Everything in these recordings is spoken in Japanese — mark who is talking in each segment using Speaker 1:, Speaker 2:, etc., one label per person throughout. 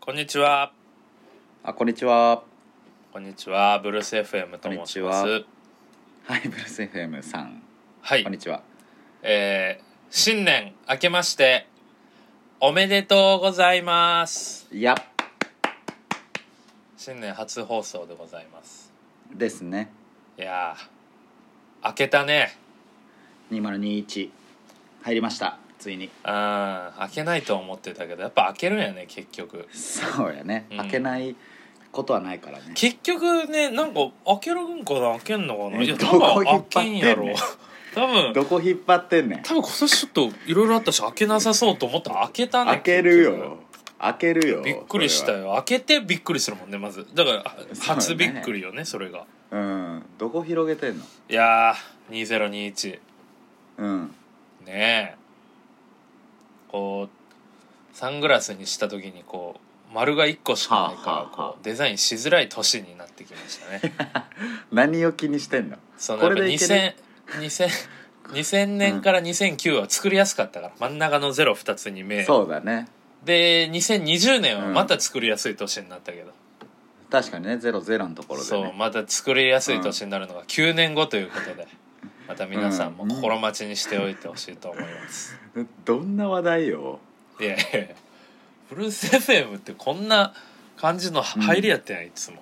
Speaker 1: こんにちは。
Speaker 2: あこんにちは。
Speaker 1: こんにちは。ブルース FM と申しま
Speaker 2: こん
Speaker 1: す。
Speaker 2: はいブルース FM さん。
Speaker 1: は
Speaker 2: こんに
Speaker 1: い。
Speaker 2: ちは。
Speaker 1: えー、新年明けまして、おめでとうございます。
Speaker 2: いや
Speaker 1: 新年初放送でございます。
Speaker 2: ですね。
Speaker 1: いやー、明けたね。
Speaker 2: 2021入りましたついに。
Speaker 1: うん、明けないと思ってたけど、やっぱ明けるんやね、結局。
Speaker 2: そうやね。
Speaker 1: うん
Speaker 2: 開けないことはないからね。
Speaker 1: 結局ね、なんか、明けるんかな、明けんのかな。
Speaker 2: え
Speaker 1: いや、
Speaker 2: ど
Speaker 1: 多
Speaker 2: こ
Speaker 1: 分
Speaker 2: 引
Speaker 1: 明
Speaker 2: っ
Speaker 1: け
Speaker 2: 張って
Speaker 1: ん
Speaker 2: んねん
Speaker 1: やろ。多分、
Speaker 2: どこ引っ張ってんねん。
Speaker 1: 多分今年ちょっといろいろあったし、明けなさそうと思ったら明けたね。
Speaker 2: 開ける
Speaker 1: 結局
Speaker 2: よ。開けるよ。
Speaker 1: びっくりしたよ開けてびっくりするもんねまずだから
Speaker 2: ね
Speaker 1: 初びっくりよねそれが
Speaker 2: これは。うん。どこ広げてんの。
Speaker 1: いやー2021
Speaker 2: うん。
Speaker 1: ねえこうサングラスにした時にこう丸が1個しかないから
Speaker 2: はあはあはあ
Speaker 1: こうデザインしづらい年になってきました ね
Speaker 2: 何を気にしてんの。
Speaker 1: その
Speaker 2: こ
Speaker 1: やっ
Speaker 2: れ
Speaker 1: ぱ
Speaker 2: でいけ
Speaker 1: 2000 2000 2000年から2009は作りやすかったから真ん中の02つに目
Speaker 2: そうだね。
Speaker 1: で2020年はまた作りやすい年になったけど
Speaker 2: 確かにねゼロゼロのところで
Speaker 1: そう
Speaker 2: ね。
Speaker 1: また作りやすい年になるのが9年後ということで、また皆さんも
Speaker 2: うん
Speaker 1: 心待ちにしておいてほしいと思います、
Speaker 2: どんな話題よ。
Speaker 1: いやいやいやブルース FM ってこんな感じの入りやってない、いつも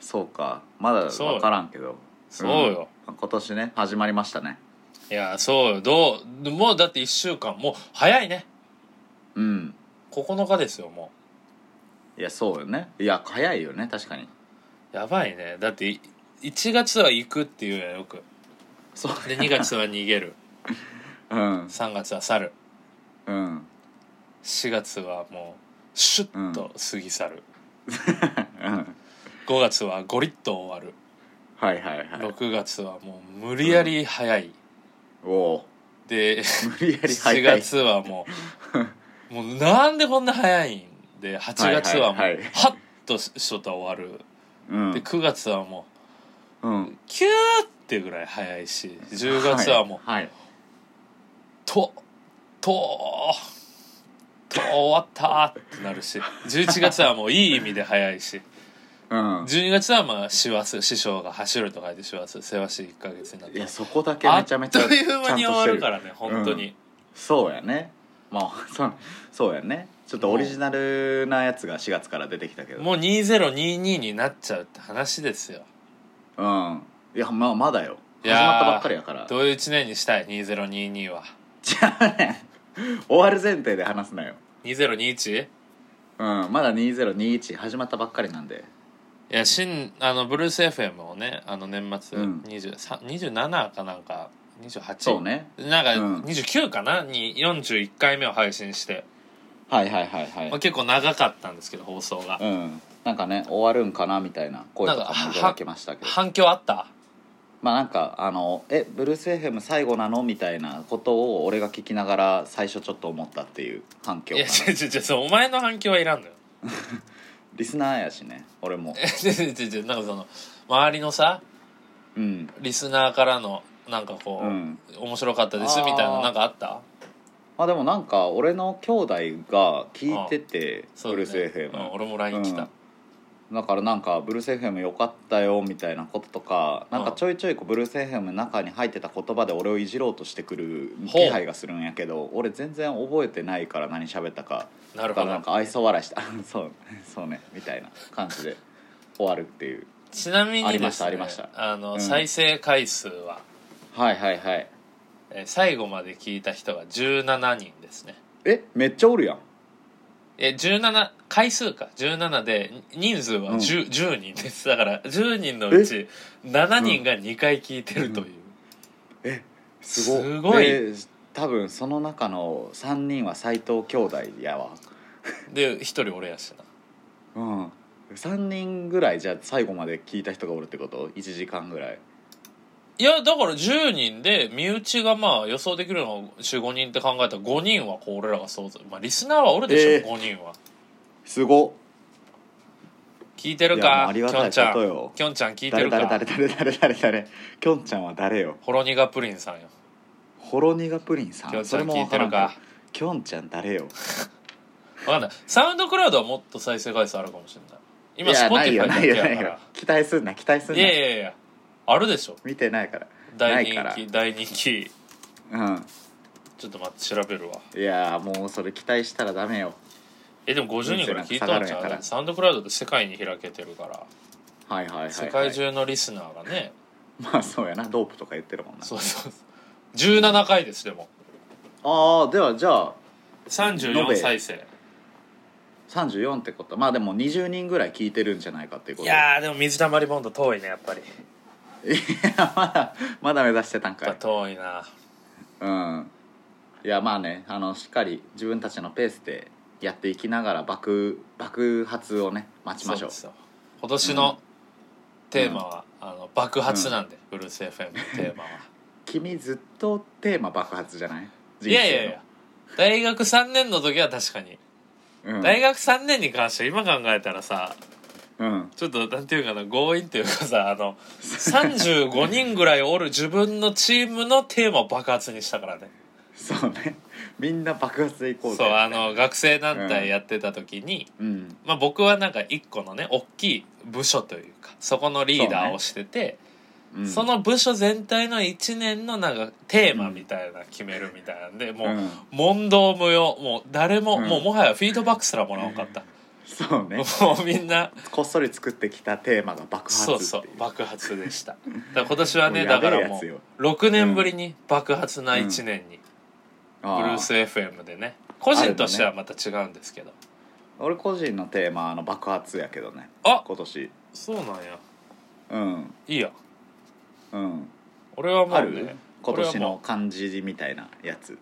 Speaker 2: そうか。まだ
Speaker 1: そう
Speaker 2: 分からんけど。
Speaker 1: そうよ、
Speaker 2: うん。今年ね始まりましたね。
Speaker 1: いやそうよどうもうだって1週間もう早いね
Speaker 2: うん。
Speaker 1: 9日ですよも
Speaker 2: いやそうよねいや早いよね確かに
Speaker 1: うやばいねだってい1月は行くっていうやんよく
Speaker 2: そう
Speaker 1: で2月は逃げる
Speaker 2: うん
Speaker 1: 3月は去る
Speaker 2: うん
Speaker 1: 4月はもうシュッと過ぎ去る、
Speaker 2: うん
Speaker 1: 5月はゴリッと終わる
Speaker 2: はいはいはい
Speaker 1: 6月はもう無理やり早い、
Speaker 2: おお
Speaker 1: で
Speaker 2: ー無理やり
Speaker 1: 7
Speaker 2: 早い
Speaker 1: 月はもうもうなんでこんな早いんで8月はもう
Speaker 2: はいはいはい
Speaker 1: ハッとしとったら終わる、
Speaker 2: うん
Speaker 1: で9月はも
Speaker 2: うん
Speaker 1: うキューってぐらい早いし10月はもう
Speaker 2: はい
Speaker 1: ととと終わったってなるし11月はもういい意味で早いし
Speaker 2: はい
Speaker 1: 12月はまあ師走師匠が走ると書いて師走せわしい1ヶ月になっ
Speaker 2: うんいや
Speaker 1: て
Speaker 2: そこだけ
Speaker 1: あ
Speaker 2: め
Speaker 1: っ
Speaker 2: ち
Speaker 1: と
Speaker 2: ゃめちゃちゃんと
Speaker 1: いう間に終わる
Speaker 2: して
Speaker 1: からね本当に。
Speaker 2: そうやねまあそうそうやねちょっとオリジナルなやつが4月から出てきたけど
Speaker 1: もう2022になっちゃうって話ですよ
Speaker 2: うんいやまあまだよ
Speaker 1: い
Speaker 2: 始
Speaker 1: やー
Speaker 2: まったばっかりやから
Speaker 1: どういう1年にしたい2022は
Speaker 2: じゃあね終わる前提で話すなよ
Speaker 1: 2021? い
Speaker 2: うんまだ2021始まったばっかりなんで
Speaker 1: や新あのブルース FM をねあの年末、
Speaker 2: うん
Speaker 1: 23 27かなんか28
Speaker 2: そうね
Speaker 1: なんか
Speaker 2: うん
Speaker 1: 29かな、に41回目を配信して、
Speaker 2: はいはいはいはい
Speaker 1: まあ、結構長かったんですけど放送が、
Speaker 2: うん、なんかね終わるんかなみたいな声とかもいただきましたけど
Speaker 1: 反響あった
Speaker 2: まあなんかあの「えブルース FM 最後なの?」みたいなことを俺が聞きながら最初ちょっと思ったっていう反響
Speaker 1: い
Speaker 2: か
Speaker 1: や
Speaker 2: な
Speaker 1: 違う違う違うそうお前の反響はいらんのよ
Speaker 2: リスナーやしね俺も
Speaker 1: え違う違う違うなんかその周りのさ
Speaker 2: うん
Speaker 1: リスナーからのなんかこう、
Speaker 2: うん
Speaker 1: 面白かったですみたい
Speaker 2: あ
Speaker 1: な
Speaker 2: ー
Speaker 1: なんかあった
Speaker 2: まあでもなんか俺の兄弟が聞いてて「
Speaker 1: そう
Speaker 2: ブ
Speaker 1: だね
Speaker 2: ルース FM
Speaker 1: うん」俺も LINE 来た、
Speaker 2: うんだからなんか「ブルース FM よかったよ」みたいなこととかなんかちょいちょいこうブルース FM の中に入ってた言葉で俺をいじろうとしてくる気配がするんやけど俺全然覚えてないから何喋ったか
Speaker 1: なる
Speaker 2: だか
Speaker 1: ほ
Speaker 2: らなん
Speaker 1: ど
Speaker 2: か愛想笑いして「あ そうそうね」みたいな感じで終わるっていう
Speaker 1: ちなみに
Speaker 2: あり
Speaker 1: で
Speaker 2: まし
Speaker 1: す
Speaker 2: たあり
Speaker 1: ね
Speaker 2: ました
Speaker 1: あの、
Speaker 2: うん
Speaker 1: 再生回数は、
Speaker 2: はいはいはい
Speaker 1: えー最後まで聞いた人が17人ですね
Speaker 2: えめっちゃおるやん
Speaker 1: えー17回数か17で人数は 10,、10人ですだから10人のうち7人が2回聞いてるという、
Speaker 2: すご
Speaker 1: すごい
Speaker 2: で多分その中の3人は斎藤兄弟やわ
Speaker 1: で1人俺やしな
Speaker 2: うん3人ぐらいじゃあ最後まで聞いた人がおるってこと1時間ぐらい
Speaker 1: いやだから10人で身内がまあ予想できるのは45人って考えたら5人はこう俺らが想像まあリスナーはおるでしょ、
Speaker 2: えー
Speaker 1: 5人は
Speaker 2: すご
Speaker 1: 聞いてる
Speaker 2: いやもう
Speaker 1: か
Speaker 2: あ
Speaker 1: き
Speaker 2: り
Speaker 1: ょ
Speaker 2: がた
Speaker 1: ん
Speaker 2: い
Speaker 1: ちゃん
Speaker 2: ことよ
Speaker 1: きょんちゃん聞いて
Speaker 2: 誰
Speaker 1: るか
Speaker 2: 誰誰誰誰誰誰きょんちゃんは誰よ
Speaker 1: ほろ苦プリンさんよ
Speaker 2: ほろ苦プリンさ
Speaker 1: きょん
Speaker 2: ん
Speaker 1: ち
Speaker 2: そ
Speaker 1: ゃ
Speaker 2: れ
Speaker 1: ん
Speaker 2: も
Speaker 1: 聞いてる
Speaker 2: わらん
Speaker 1: か
Speaker 2: けどきょんちゃん誰よ
Speaker 1: わかんないサウンドクラウドはもっと再生回数あるかもしれない今
Speaker 2: いや
Speaker 1: Spotify だ
Speaker 2: ない
Speaker 1: け
Speaker 2: よ
Speaker 1: や
Speaker 2: ないよない
Speaker 1: か
Speaker 2: よ
Speaker 1: ら
Speaker 2: 期待すんな期待すん
Speaker 1: い
Speaker 2: な
Speaker 1: やいやいやあるでしょ
Speaker 2: 見てないから
Speaker 1: 大
Speaker 2: ない
Speaker 1: 人
Speaker 2: か
Speaker 1: 気大人気
Speaker 2: ら
Speaker 1: ちょっと待って調べるわ
Speaker 2: うんいやーもうそれ期待したらダメよ
Speaker 1: えでも50人ぐらい聞いたんち
Speaker 2: 下がる
Speaker 1: ゃ
Speaker 2: んやか
Speaker 1: う
Speaker 2: ら
Speaker 1: サウンドクラウドで世界に開けてるから
Speaker 2: はいはいはい、はい、
Speaker 1: 世界中のリスナーがね
Speaker 2: まあそうやなドープとか言ってるもんな
Speaker 1: そうそうそう17回ですでも
Speaker 2: ああではじゃあ
Speaker 1: 34再生
Speaker 2: 34ってことまあでも20人ぐらい聞いてるんじゃないかっていうこ
Speaker 1: い
Speaker 2: といや
Speaker 1: やーでも水溜りボンド遠いねやっぱり
Speaker 2: まだまだ目指してたんか
Speaker 1: やっ
Speaker 2: い
Speaker 1: ぱ遠いな
Speaker 2: うんいやまあねあのしっかり自分たちのペースでやっていきながら爆爆発をね待ち
Speaker 1: そ
Speaker 2: ま
Speaker 1: う
Speaker 2: しょう
Speaker 1: ですよ今年のテーマは、あの爆発なんで、ブルース FM のテー マは
Speaker 2: 君ずっとテーマ爆発じゃない人生の
Speaker 1: いやいやいや大学3年の時は確かに、
Speaker 2: うん、
Speaker 1: 大学3年に関しては今考えたらさ
Speaker 2: うん
Speaker 1: ちょっとなんていうかな強引っていうかさあの35人ぐらいおる自分のチームのテーマを爆発にしたからね
Speaker 2: そうねみんな爆発でいこうぜ
Speaker 1: そうあの学生団体やってた時に、
Speaker 2: うん
Speaker 1: まあ、僕はなんか一個のね大きい部署というかそこのリーダーをしてて
Speaker 2: うん
Speaker 1: そ,、の部署全体の1年のなんかテーマみたいな決めるみたいなんで、も
Speaker 2: う
Speaker 1: う、
Speaker 2: ん、
Speaker 1: 問答無用もう誰も、
Speaker 2: うん
Speaker 1: もうもはやフィードバックすらもらわんかった、
Speaker 2: そうね
Speaker 1: もうみんな
Speaker 2: こっそり作ってきたテーマが爆発って
Speaker 1: そ
Speaker 2: いうう
Speaker 1: そう爆発でしただから今年はね
Speaker 2: もうや
Speaker 1: だ
Speaker 2: べ
Speaker 1: か
Speaker 2: え
Speaker 1: らも
Speaker 2: やつよ
Speaker 1: う6年ぶりに爆発な1年に、
Speaker 2: あー
Speaker 1: ブルース FM でね個人としてはまた違うんですけど
Speaker 2: 俺個人のテーマあの爆発やけどね
Speaker 1: あ
Speaker 2: 今年
Speaker 1: そうなんや
Speaker 2: うん
Speaker 1: いいや
Speaker 2: うん
Speaker 1: 俺はも
Speaker 2: あ
Speaker 1: う
Speaker 2: る
Speaker 1: ね
Speaker 2: 今
Speaker 1: 俺は
Speaker 2: 年
Speaker 1: も
Speaker 2: の漢字みたいなやつ
Speaker 1: う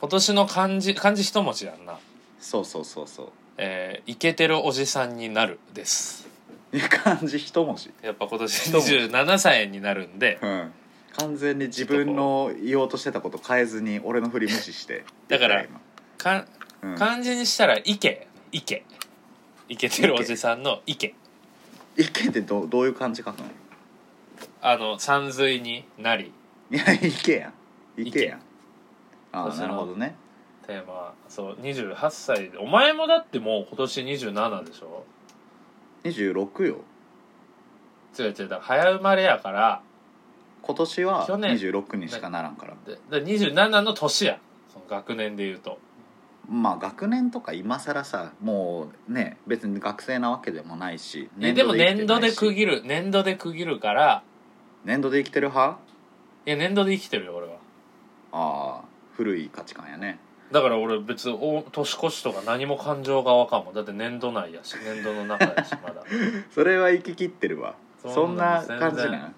Speaker 1: 今年の漢字漢字一文字やんな
Speaker 2: そうそうそうそ
Speaker 1: えーイケてるおじさんになるです
Speaker 2: ういや漢字一文字
Speaker 1: やっぱ今年
Speaker 2: 一文字
Speaker 1: 27歳になるんで
Speaker 2: うん完全に自分の言おうとしてたこと変えずに俺の振り無視して
Speaker 1: だから
Speaker 2: 今
Speaker 1: かん
Speaker 2: うん
Speaker 1: 漢字にしたらイケイケイケてるおじさんのイケ
Speaker 2: 意見ってどどういう漢字書くの
Speaker 1: あの山水になり
Speaker 2: いや意見やん意見やんあ
Speaker 1: そう
Speaker 2: あ
Speaker 1: そう
Speaker 2: なるほどね
Speaker 1: テーマはそう28歳でお前もだってもう今年27でしょ
Speaker 2: 26よ
Speaker 1: 違う違うだから早生まれやから
Speaker 2: 今年は
Speaker 1: 去年
Speaker 2: 26にしかならんから
Speaker 1: でで27の年やその学年で言うと
Speaker 2: まあ学年とか今更さもうね別に学生なわけでもないし
Speaker 1: えでも年度で区
Speaker 2: る
Speaker 1: 切る年度で区切るから
Speaker 2: 年度で生きてる派
Speaker 1: いや年度で生きてるよ俺は
Speaker 2: ああ古い価値観やね
Speaker 1: だから俺別にお年越しとか何も感情がわかんもんだって年度内やし年度の中やし まだ
Speaker 2: それは行き切ってるわそん
Speaker 1: そんな
Speaker 2: な
Speaker 1: の
Speaker 2: 感じ
Speaker 1: 全然
Speaker 2: なん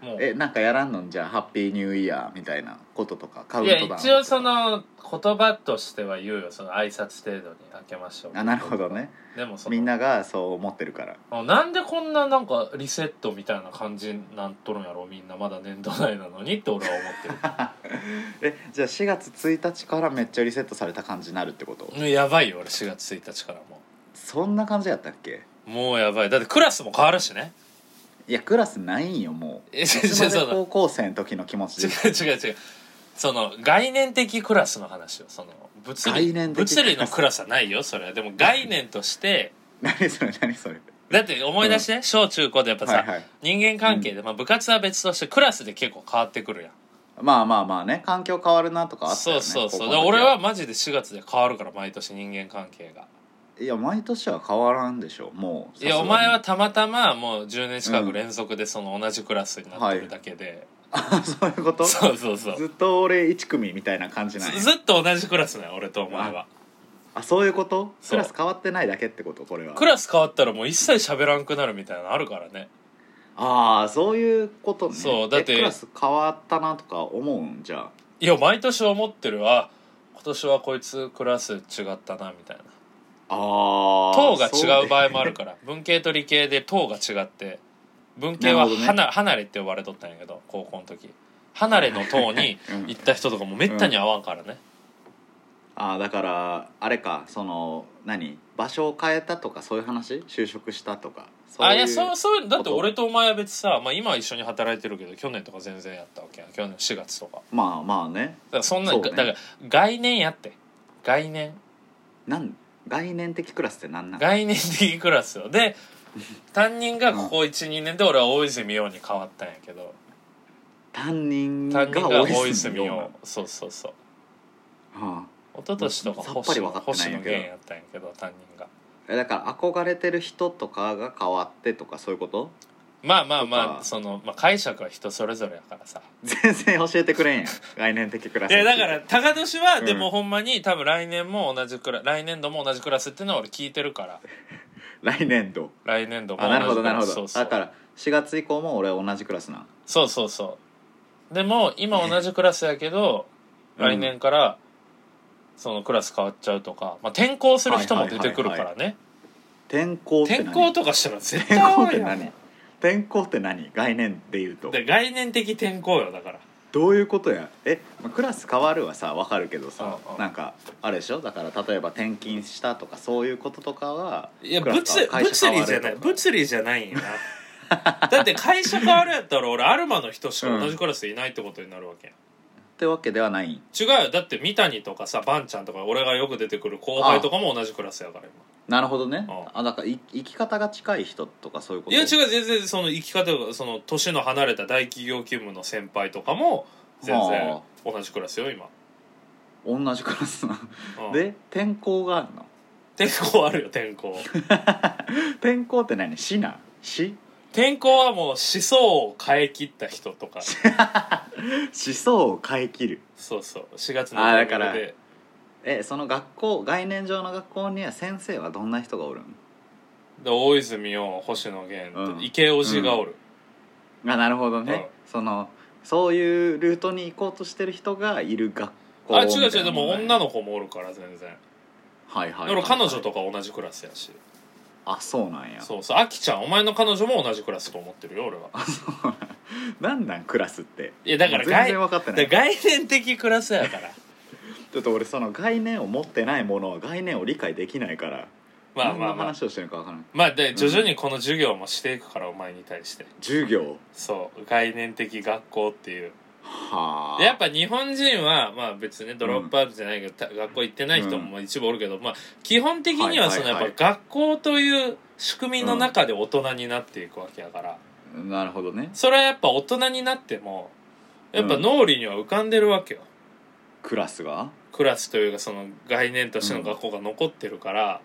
Speaker 1: もう
Speaker 2: えなんかやらんのんじゃあハッピーニューイヤーみたいなこととかカウン
Speaker 1: い
Speaker 2: ト
Speaker 1: や
Speaker 2: ダウンとか
Speaker 1: 一応その言葉としては言うよその挨拶程度に「明けましょう」
Speaker 2: あなるほどね
Speaker 1: でもその
Speaker 2: みんながそう思ってるから
Speaker 1: あなんでこんななんかリセットみたいな感じになんとるんやろみんなまだ年度内なのにって俺は思ってる
Speaker 2: えじゃあ4月1日からめっちゃリセットされた感じになるってこと、
Speaker 1: ねやばいよ俺4月1日からも
Speaker 2: そんな感じやったっけ
Speaker 1: うもうやばいだってクラスも変わるしね
Speaker 2: いやクラスないんよも う
Speaker 1: え
Speaker 2: い
Speaker 1: 違う
Speaker 2: つまで
Speaker 1: そうだ
Speaker 2: 高校生の時の気持ち
Speaker 1: 違
Speaker 2: で
Speaker 1: う違う違うその概念的クラスの話よその物理
Speaker 2: 概念的クラス
Speaker 1: 物理のクラスはないよそれはでも概念として
Speaker 2: 何それ何それ
Speaker 1: だって思い出して、小中高でやっぱさ、
Speaker 2: はいはい
Speaker 1: 人間関係で、まあ、部活は別としてクラスで結構変わってくるやん
Speaker 2: まあまあまあね環境変わるなとかあったよ
Speaker 1: そう
Speaker 2: ね
Speaker 1: そうそう
Speaker 2: 高校
Speaker 1: だか
Speaker 2: の時
Speaker 1: ら俺はマジで4月で変わるから毎年人間関係が
Speaker 2: いや毎年は変わらんでしょもう
Speaker 1: い
Speaker 2: さす
Speaker 1: や
Speaker 2: が
Speaker 1: お
Speaker 2: に
Speaker 1: 前はたまたまもう10年近く連続でその同じクラスになってるだけで、
Speaker 2: あ そういうこと
Speaker 1: そうそうそう
Speaker 2: ずっと俺1組みたいな感じなん
Speaker 1: ず
Speaker 2: や
Speaker 1: ずっと同じクラスなんや俺とお前は
Speaker 2: あそういうこと
Speaker 1: そ
Speaker 2: ク
Speaker 1: う
Speaker 2: ラス変わってないだけってことこれは
Speaker 1: クラス変わったらもう一切喋らんくなるみたいなのあるからね
Speaker 2: ああそういうことね
Speaker 1: そうだって
Speaker 2: えクラス変わったなとか思うんじゃあ
Speaker 1: いや毎年思ってるわ今年はこいつクラス違ったなみたいな
Speaker 2: あ
Speaker 1: 党が違う場合もあ
Speaker 2: る
Speaker 1: るから文系と理系で党が違って文系は
Speaker 2: なるほどね
Speaker 1: 離,、離れって呼ばれとったんやけど高校の時離れの党に
Speaker 2: うん
Speaker 1: 行った人とかもめったに会わんからね、
Speaker 2: ああだからあれかその何場所を変えたとかそういう話就職したとかそ
Speaker 1: あいやそう
Speaker 2: そ
Speaker 1: そうだって俺とお前は別さ、まあ、今は一緒に働いてるけど去年とか全然やったわけや去年4月とかだか
Speaker 2: うまあまあね
Speaker 1: らそんな
Speaker 2: そうね
Speaker 1: だから概念やって概念
Speaker 2: なん概念的クラスってなんな ん
Speaker 1: 概念的クラスよで担任がここ12年で俺は大泉洋に変わったんやけど
Speaker 2: 担任が
Speaker 1: 担任が大
Speaker 2: 大
Speaker 1: 泉
Speaker 2: 泉
Speaker 1: 洋
Speaker 2: 洋、
Speaker 1: そうそうそう
Speaker 2: はあ、
Speaker 1: 一昨年とか
Speaker 2: さっぱ
Speaker 1: 星
Speaker 2: り
Speaker 1: 野
Speaker 2: 分かってない
Speaker 1: 星
Speaker 2: ん
Speaker 1: 野
Speaker 2: やけど
Speaker 1: 源やったんやけど担任が
Speaker 2: えだから憧れてる人とかが変わってとかそういうこと
Speaker 1: まあまあ
Speaker 2: と
Speaker 1: まあ
Speaker 2: か
Speaker 1: その、まあ、解釈は人それぞれやからさ
Speaker 2: 全然教えてくれんやん概念的クラス
Speaker 1: いやだから高年は
Speaker 2: うん
Speaker 1: でもほんまに多分来年も同じクラ来年度も同じクラスっていうのは俺聞いてるから
Speaker 2: 来年度
Speaker 1: 来年度も同
Speaker 2: あな
Speaker 1: じ
Speaker 2: る
Speaker 1: ク
Speaker 2: ほどなる
Speaker 1: ラ
Speaker 2: ほ
Speaker 1: スそ
Speaker 2: ど
Speaker 1: うそ
Speaker 2: だ
Speaker 1: う
Speaker 2: から4月以降も俺同じクラスなん
Speaker 1: そうそうそうでも今同じクラスやけど、
Speaker 2: うん
Speaker 1: 来年からそのクラス変わっちゃうとか、まあ、転校する人も
Speaker 2: はいは
Speaker 1: 出
Speaker 2: いはいはい
Speaker 1: てくるからね
Speaker 2: 転校って
Speaker 1: 転
Speaker 2: 何
Speaker 1: 校とかしたら絶対
Speaker 2: 転校っ
Speaker 1: 多い
Speaker 2: て
Speaker 1: やん
Speaker 2: 何転校って何概念で言うと
Speaker 1: で概念的転校よだから
Speaker 2: どういうことやえ、まあクラス変わるはさわかるけどさ
Speaker 1: うんうん
Speaker 2: なんかあれでしょだから例えば転勤したとかそういうこととかはい
Speaker 1: や
Speaker 2: ク
Speaker 1: 物
Speaker 2: ラス変わ会社
Speaker 1: 物
Speaker 2: 変
Speaker 1: 理
Speaker 2: わ
Speaker 1: じゃ
Speaker 2: る
Speaker 1: ない
Speaker 2: とか
Speaker 1: 物理じゃないんや なだって会社変わるやったら俺アルマの人しか同じクラスいないってことになるわけやん
Speaker 2: ってわけではないん
Speaker 1: 違うよだって三谷とかさバンちゃんとか俺がよく出てくる後輩とかも同じクラスやから今
Speaker 2: なるほどね
Speaker 1: う
Speaker 2: あだからい生き方が近い人とかそういうこと
Speaker 1: いや違う全然その生き方がその年の離れた大企業勤務の先輩とかも全然
Speaker 2: は
Speaker 1: 同じクラスよ今、
Speaker 2: 同じクラスな
Speaker 1: うん
Speaker 2: で転校があるの
Speaker 1: 転校あるよ転校
Speaker 2: 転校って何市な市
Speaker 1: 転校はもう思想を変え切った人とか
Speaker 2: 思想を変え切る
Speaker 1: そうそう4月の
Speaker 2: あー
Speaker 1: タイ
Speaker 2: だ
Speaker 1: ミ
Speaker 2: か
Speaker 1: ン
Speaker 2: ら
Speaker 1: グで
Speaker 2: えその学校概念上の学校には先生はどんな人がおるん
Speaker 1: で大泉洋星野源、
Speaker 2: うん
Speaker 1: 池叔父がおる、
Speaker 2: あなるほどね、そのそういうルートに行こうとしてる人がいる学校
Speaker 1: あ違う違うでも女
Speaker 2: の、
Speaker 1: の子もおるから全然、
Speaker 2: はいはいはい
Speaker 1: 俺彼女とか同じクラスやし
Speaker 2: あそうなんや
Speaker 1: そうそうあきちゃんお前の彼女も同じクラスと思ってるよ俺は
Speaker 2: なんなんクラスって
Speaker 1: いやだから
Speaker 2: 全
Speaker 1: 概
Speaker 2: 然分かって
Speaker 1: だ
Speaker 2: な
Speaker 1: から
Speaker 2: い
Speaker 1: 概念的クラスやから
Speaker 2: ちょっと俺その概念を持ってないものは概念を理解できないから
Speaker 1: まあまあ
Speaker 2: 何の
Speaker 1: まあ
Speaker 2: 話をしてるか分からない
Speaker 1: まあで徐々にこの授業もしていくからお前に対して
Speaker 2: 授業
Speaker 1: そう概念的学校っていう
Speaker 2: はあ
Speaker 1: でやっぱ日本人はまあ別にねドロップアウトじゃないけど、た学校行ってない人も一部おるけど、まあ基本的にはその
Speaker 2: はい
Speaker 1: やっ
Speaker 2: はい
Speaker 1: ぱ
Speaker 2: はい
Speaker 1: 学校という仕組みの中で大人になっていくわけやから、
Speaker 2: なるほどね
Speaker 1: それはやっぱ大人になってもやっぱ
Speaker 2: うん
Speaker 1: 脳裏には浮かんでるわけよ、
Speaker 2: クラスが
Speaker 1: クラスというかその概念としての学校が残ってるから、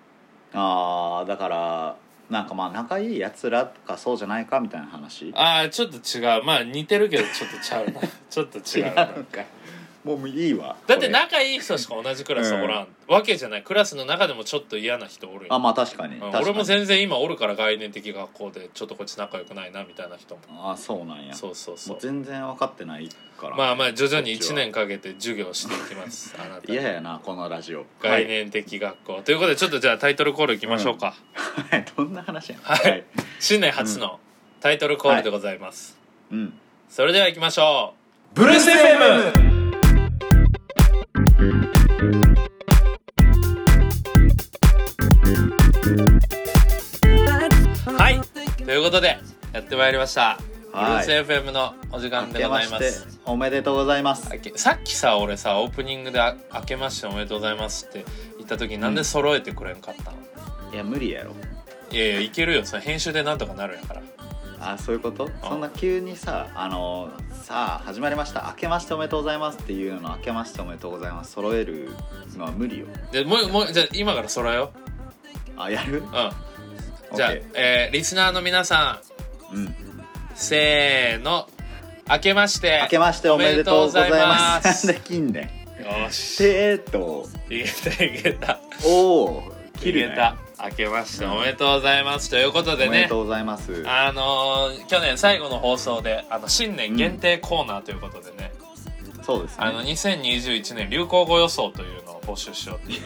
Speaker 2: あーだからなんかまあ仲いいやつらとかそうじゃないかみたいな話
Speaker 1: ああちょっと違うまあ似てるけどちょっとちゃうなちょっと違う な
Speaker 2: のかもういいわ
Speaker 1: だって
Speaker 2: これ
Speaker 1: 仲いい人しか同じクラスおらん、わけじゃないクラスの中でもちょっと嫌な人おるよ
Speaker 2: あまあ確かに,、
Speaker 1: うん
Speaker 2: 確かに
Speaker 1: 俺も全然今おるから概念的学校でちょっとこっち仲良くないなみたいな人も
Speaker 2: あそうなんや
Speaker 1: そうそうそ
Speaker 2: もう
Speaker 1: う
Speaker 2: 全然分かってないから
Speaker 1: まあまあ徐々に
Speaker 2: こっち
Speaker 1: 1
Speaker 2: は
Speaker 1: 年かけて授業していきます あなた
Speaker 2: 嫌やなこのラジオ
Speaker 1: 概念的学校、ということでちょっとじゃあタイトルコールいきましょうか、
Speaker 2: はい どんな話やねん
Speaker 1: はい
Speaker 2: はい、
Speaker 1: 新年初のタイトルコールでございます、
Speaker 2: うん、
Speaker 1: それでは行きましょう
Speaker 2: ブルース FM
Speaker 1: はいということでやってまいりました、
Speaker 2: はい
Speaker 1: ブルース FM のお時間
Speaker 2: 明
Speaker 1: で
Speaker 2: け
Speaker 1: ご
Speaker 2: ま
Speaker 1: ざい
Speaker 2: し
Speaker 1: ま
Speaker 2: て
Speaker 1: す
Speaker 2: おめでとうございます
Speaker 1: あけさっきさ俺さオープニングであ「明けましておめでとうございます」って言った時なんで揃えてくれんかったの、
Speaker 2: いや無理やろ
Speaker 1: いやいやいけるよその編集でなんとかなるんやから
Speaker 2: あそういうことそんな急にさあのさあ始まりました明けましておめでとうございますっていうのの明けましておめでとうございます揃えるのは無理よ
Speaker 1: でもうもうじゃあ今から揃えよ
Speaker 2: あやる
Speaker 1: ううんじゃあ、
Speaker 2: OK
Speaker 1: えーリスナーの皆さん
Speaker 2: うん
Speaker 1: せーの明けまして
Speaker 2: 明けましておめでとうございま
Speaker 1: お
Speaker 2: す
Speaker 1: め
Speaker 2: できんねん
Speaker 1: でとうございますよして
Speaker 2: と
Speaker 1: いけたいけた
Speaker 2: おお切
Speaker 1: い
Speaker 2: る
Speaker 1: け
Speaker 2: ね
Speaker 1: た明けましておめでとうございます、ということで
Speaker 2: おめで
Speaker 1: ね
Speaker 2: とうございます
Speaker 1: あのー去年最後の放送であの新年限定コーナーということでね、
Speaker 2: そうです
Speaker 1: あの
Speaker 2: ね
Speaker 1: 2021年流行語予想というのを募集しようという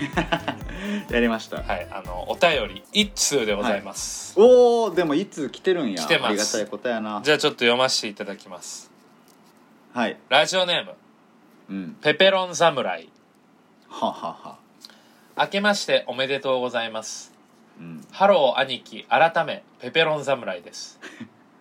Speaker 2: やりました
Speaker 1: はいあのお便り一通でございます、
Speaker 2: おおでもいつ来てるんや
Speaker 1: 来てます
Speaker 2: ありがたいことやな
Speaker 1: じゃあちょっと読ませていただきます
Speaker 2: はい
Speaker 1: ラジオネーム
Speaker 2: うん
Speaker 1: ペペロン侍
Speaker 2: ははは
Speaker 1: 明けましておめでとうございます
Speaker 2: うん
Speaker 1: ハロー兄貴改めペペロン侍です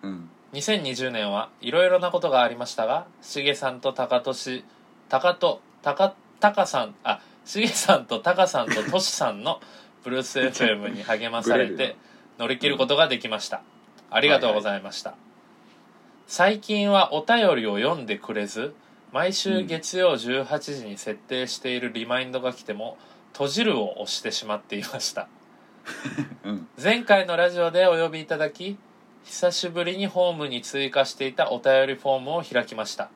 Speaker 2: うん
Speaker 1: 2020年はいろいろなことがありましたがしげさんとたかとし 高と高高さんあしげさんと高さんととしさんのブルース FM に励まされ
Speaker 2: ブレる
Speaker 1: て
Speaker 2: よ
Speaker 1: 乗り切ることができました、ありがとうございました、最近はお便りを読んでくれず毎週月曜18時に設定しているリマインドが来ても「閉じる」を押してしまっていました
Speaker 2: うん
Speaker 1: 前回のラジオでお呼びいただき久しぶりにホームに追加していたお便りフォームを開きました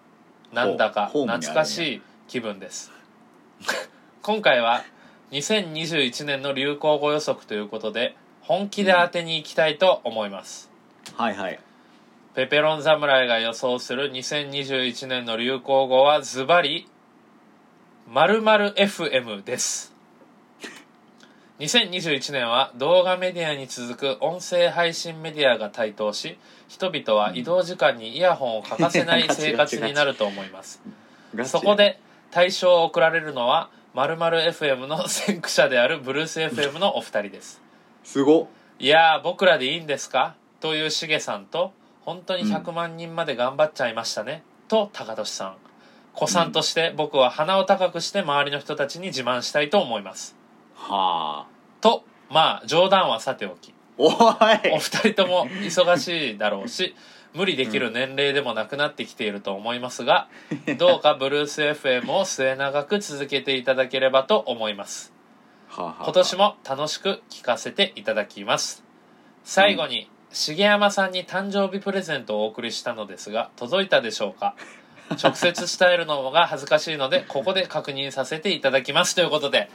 Speaker 1: なんだか
Speaker 2: ほうホームにあ
Speaker 1: 懐
Speaker 2: る
Speaker 1: か
Speaker 2: ね
Speaker 1: しい気分です、 今回は2021年の流行語予測ということで本気で当てに行きたいと思います、
Speaker 2: はいはい
Speaker 1: ペペロン侍が予想する2021年の流行語はズバリ〇〇 FM です2021年は動画メディアに続く音声配信メディアが台頭し人々は移動時間にイヤホンを欠かせない生活になると思います
Speaker 2: ガチ
Speaker 1: そこで大賞を贈られるのは〇〇 FM の先駆者であるブルース FM のお二人です
Speaker 2: すごっ
Speaker 1: いやー僕らでいいんですかというしげさんと本当に100万人まで頑張っちゃいましたね、と高俊さん子さんとして僕は鼻を高くして周りの人たちに自慢したいと思います
Speaker 2: はあ
Speaker 1: とまあ冗談はさておき
Speaker 2: おい
Speaker 1: お二人とも忙しいだろう し無理できる年齢でもなくなってきていると思います がどうかブルース FM を末永く続けていただければと思います
Speaker 2: はあはあ
Speaker 1: 今年も楽しく聞かせていただきます最後に、重山さんに誕生日プレゼントをお送りしたのですが届いたでしょうか直接伝えるのが恥ずかしいのでここで確認させていただきますということで、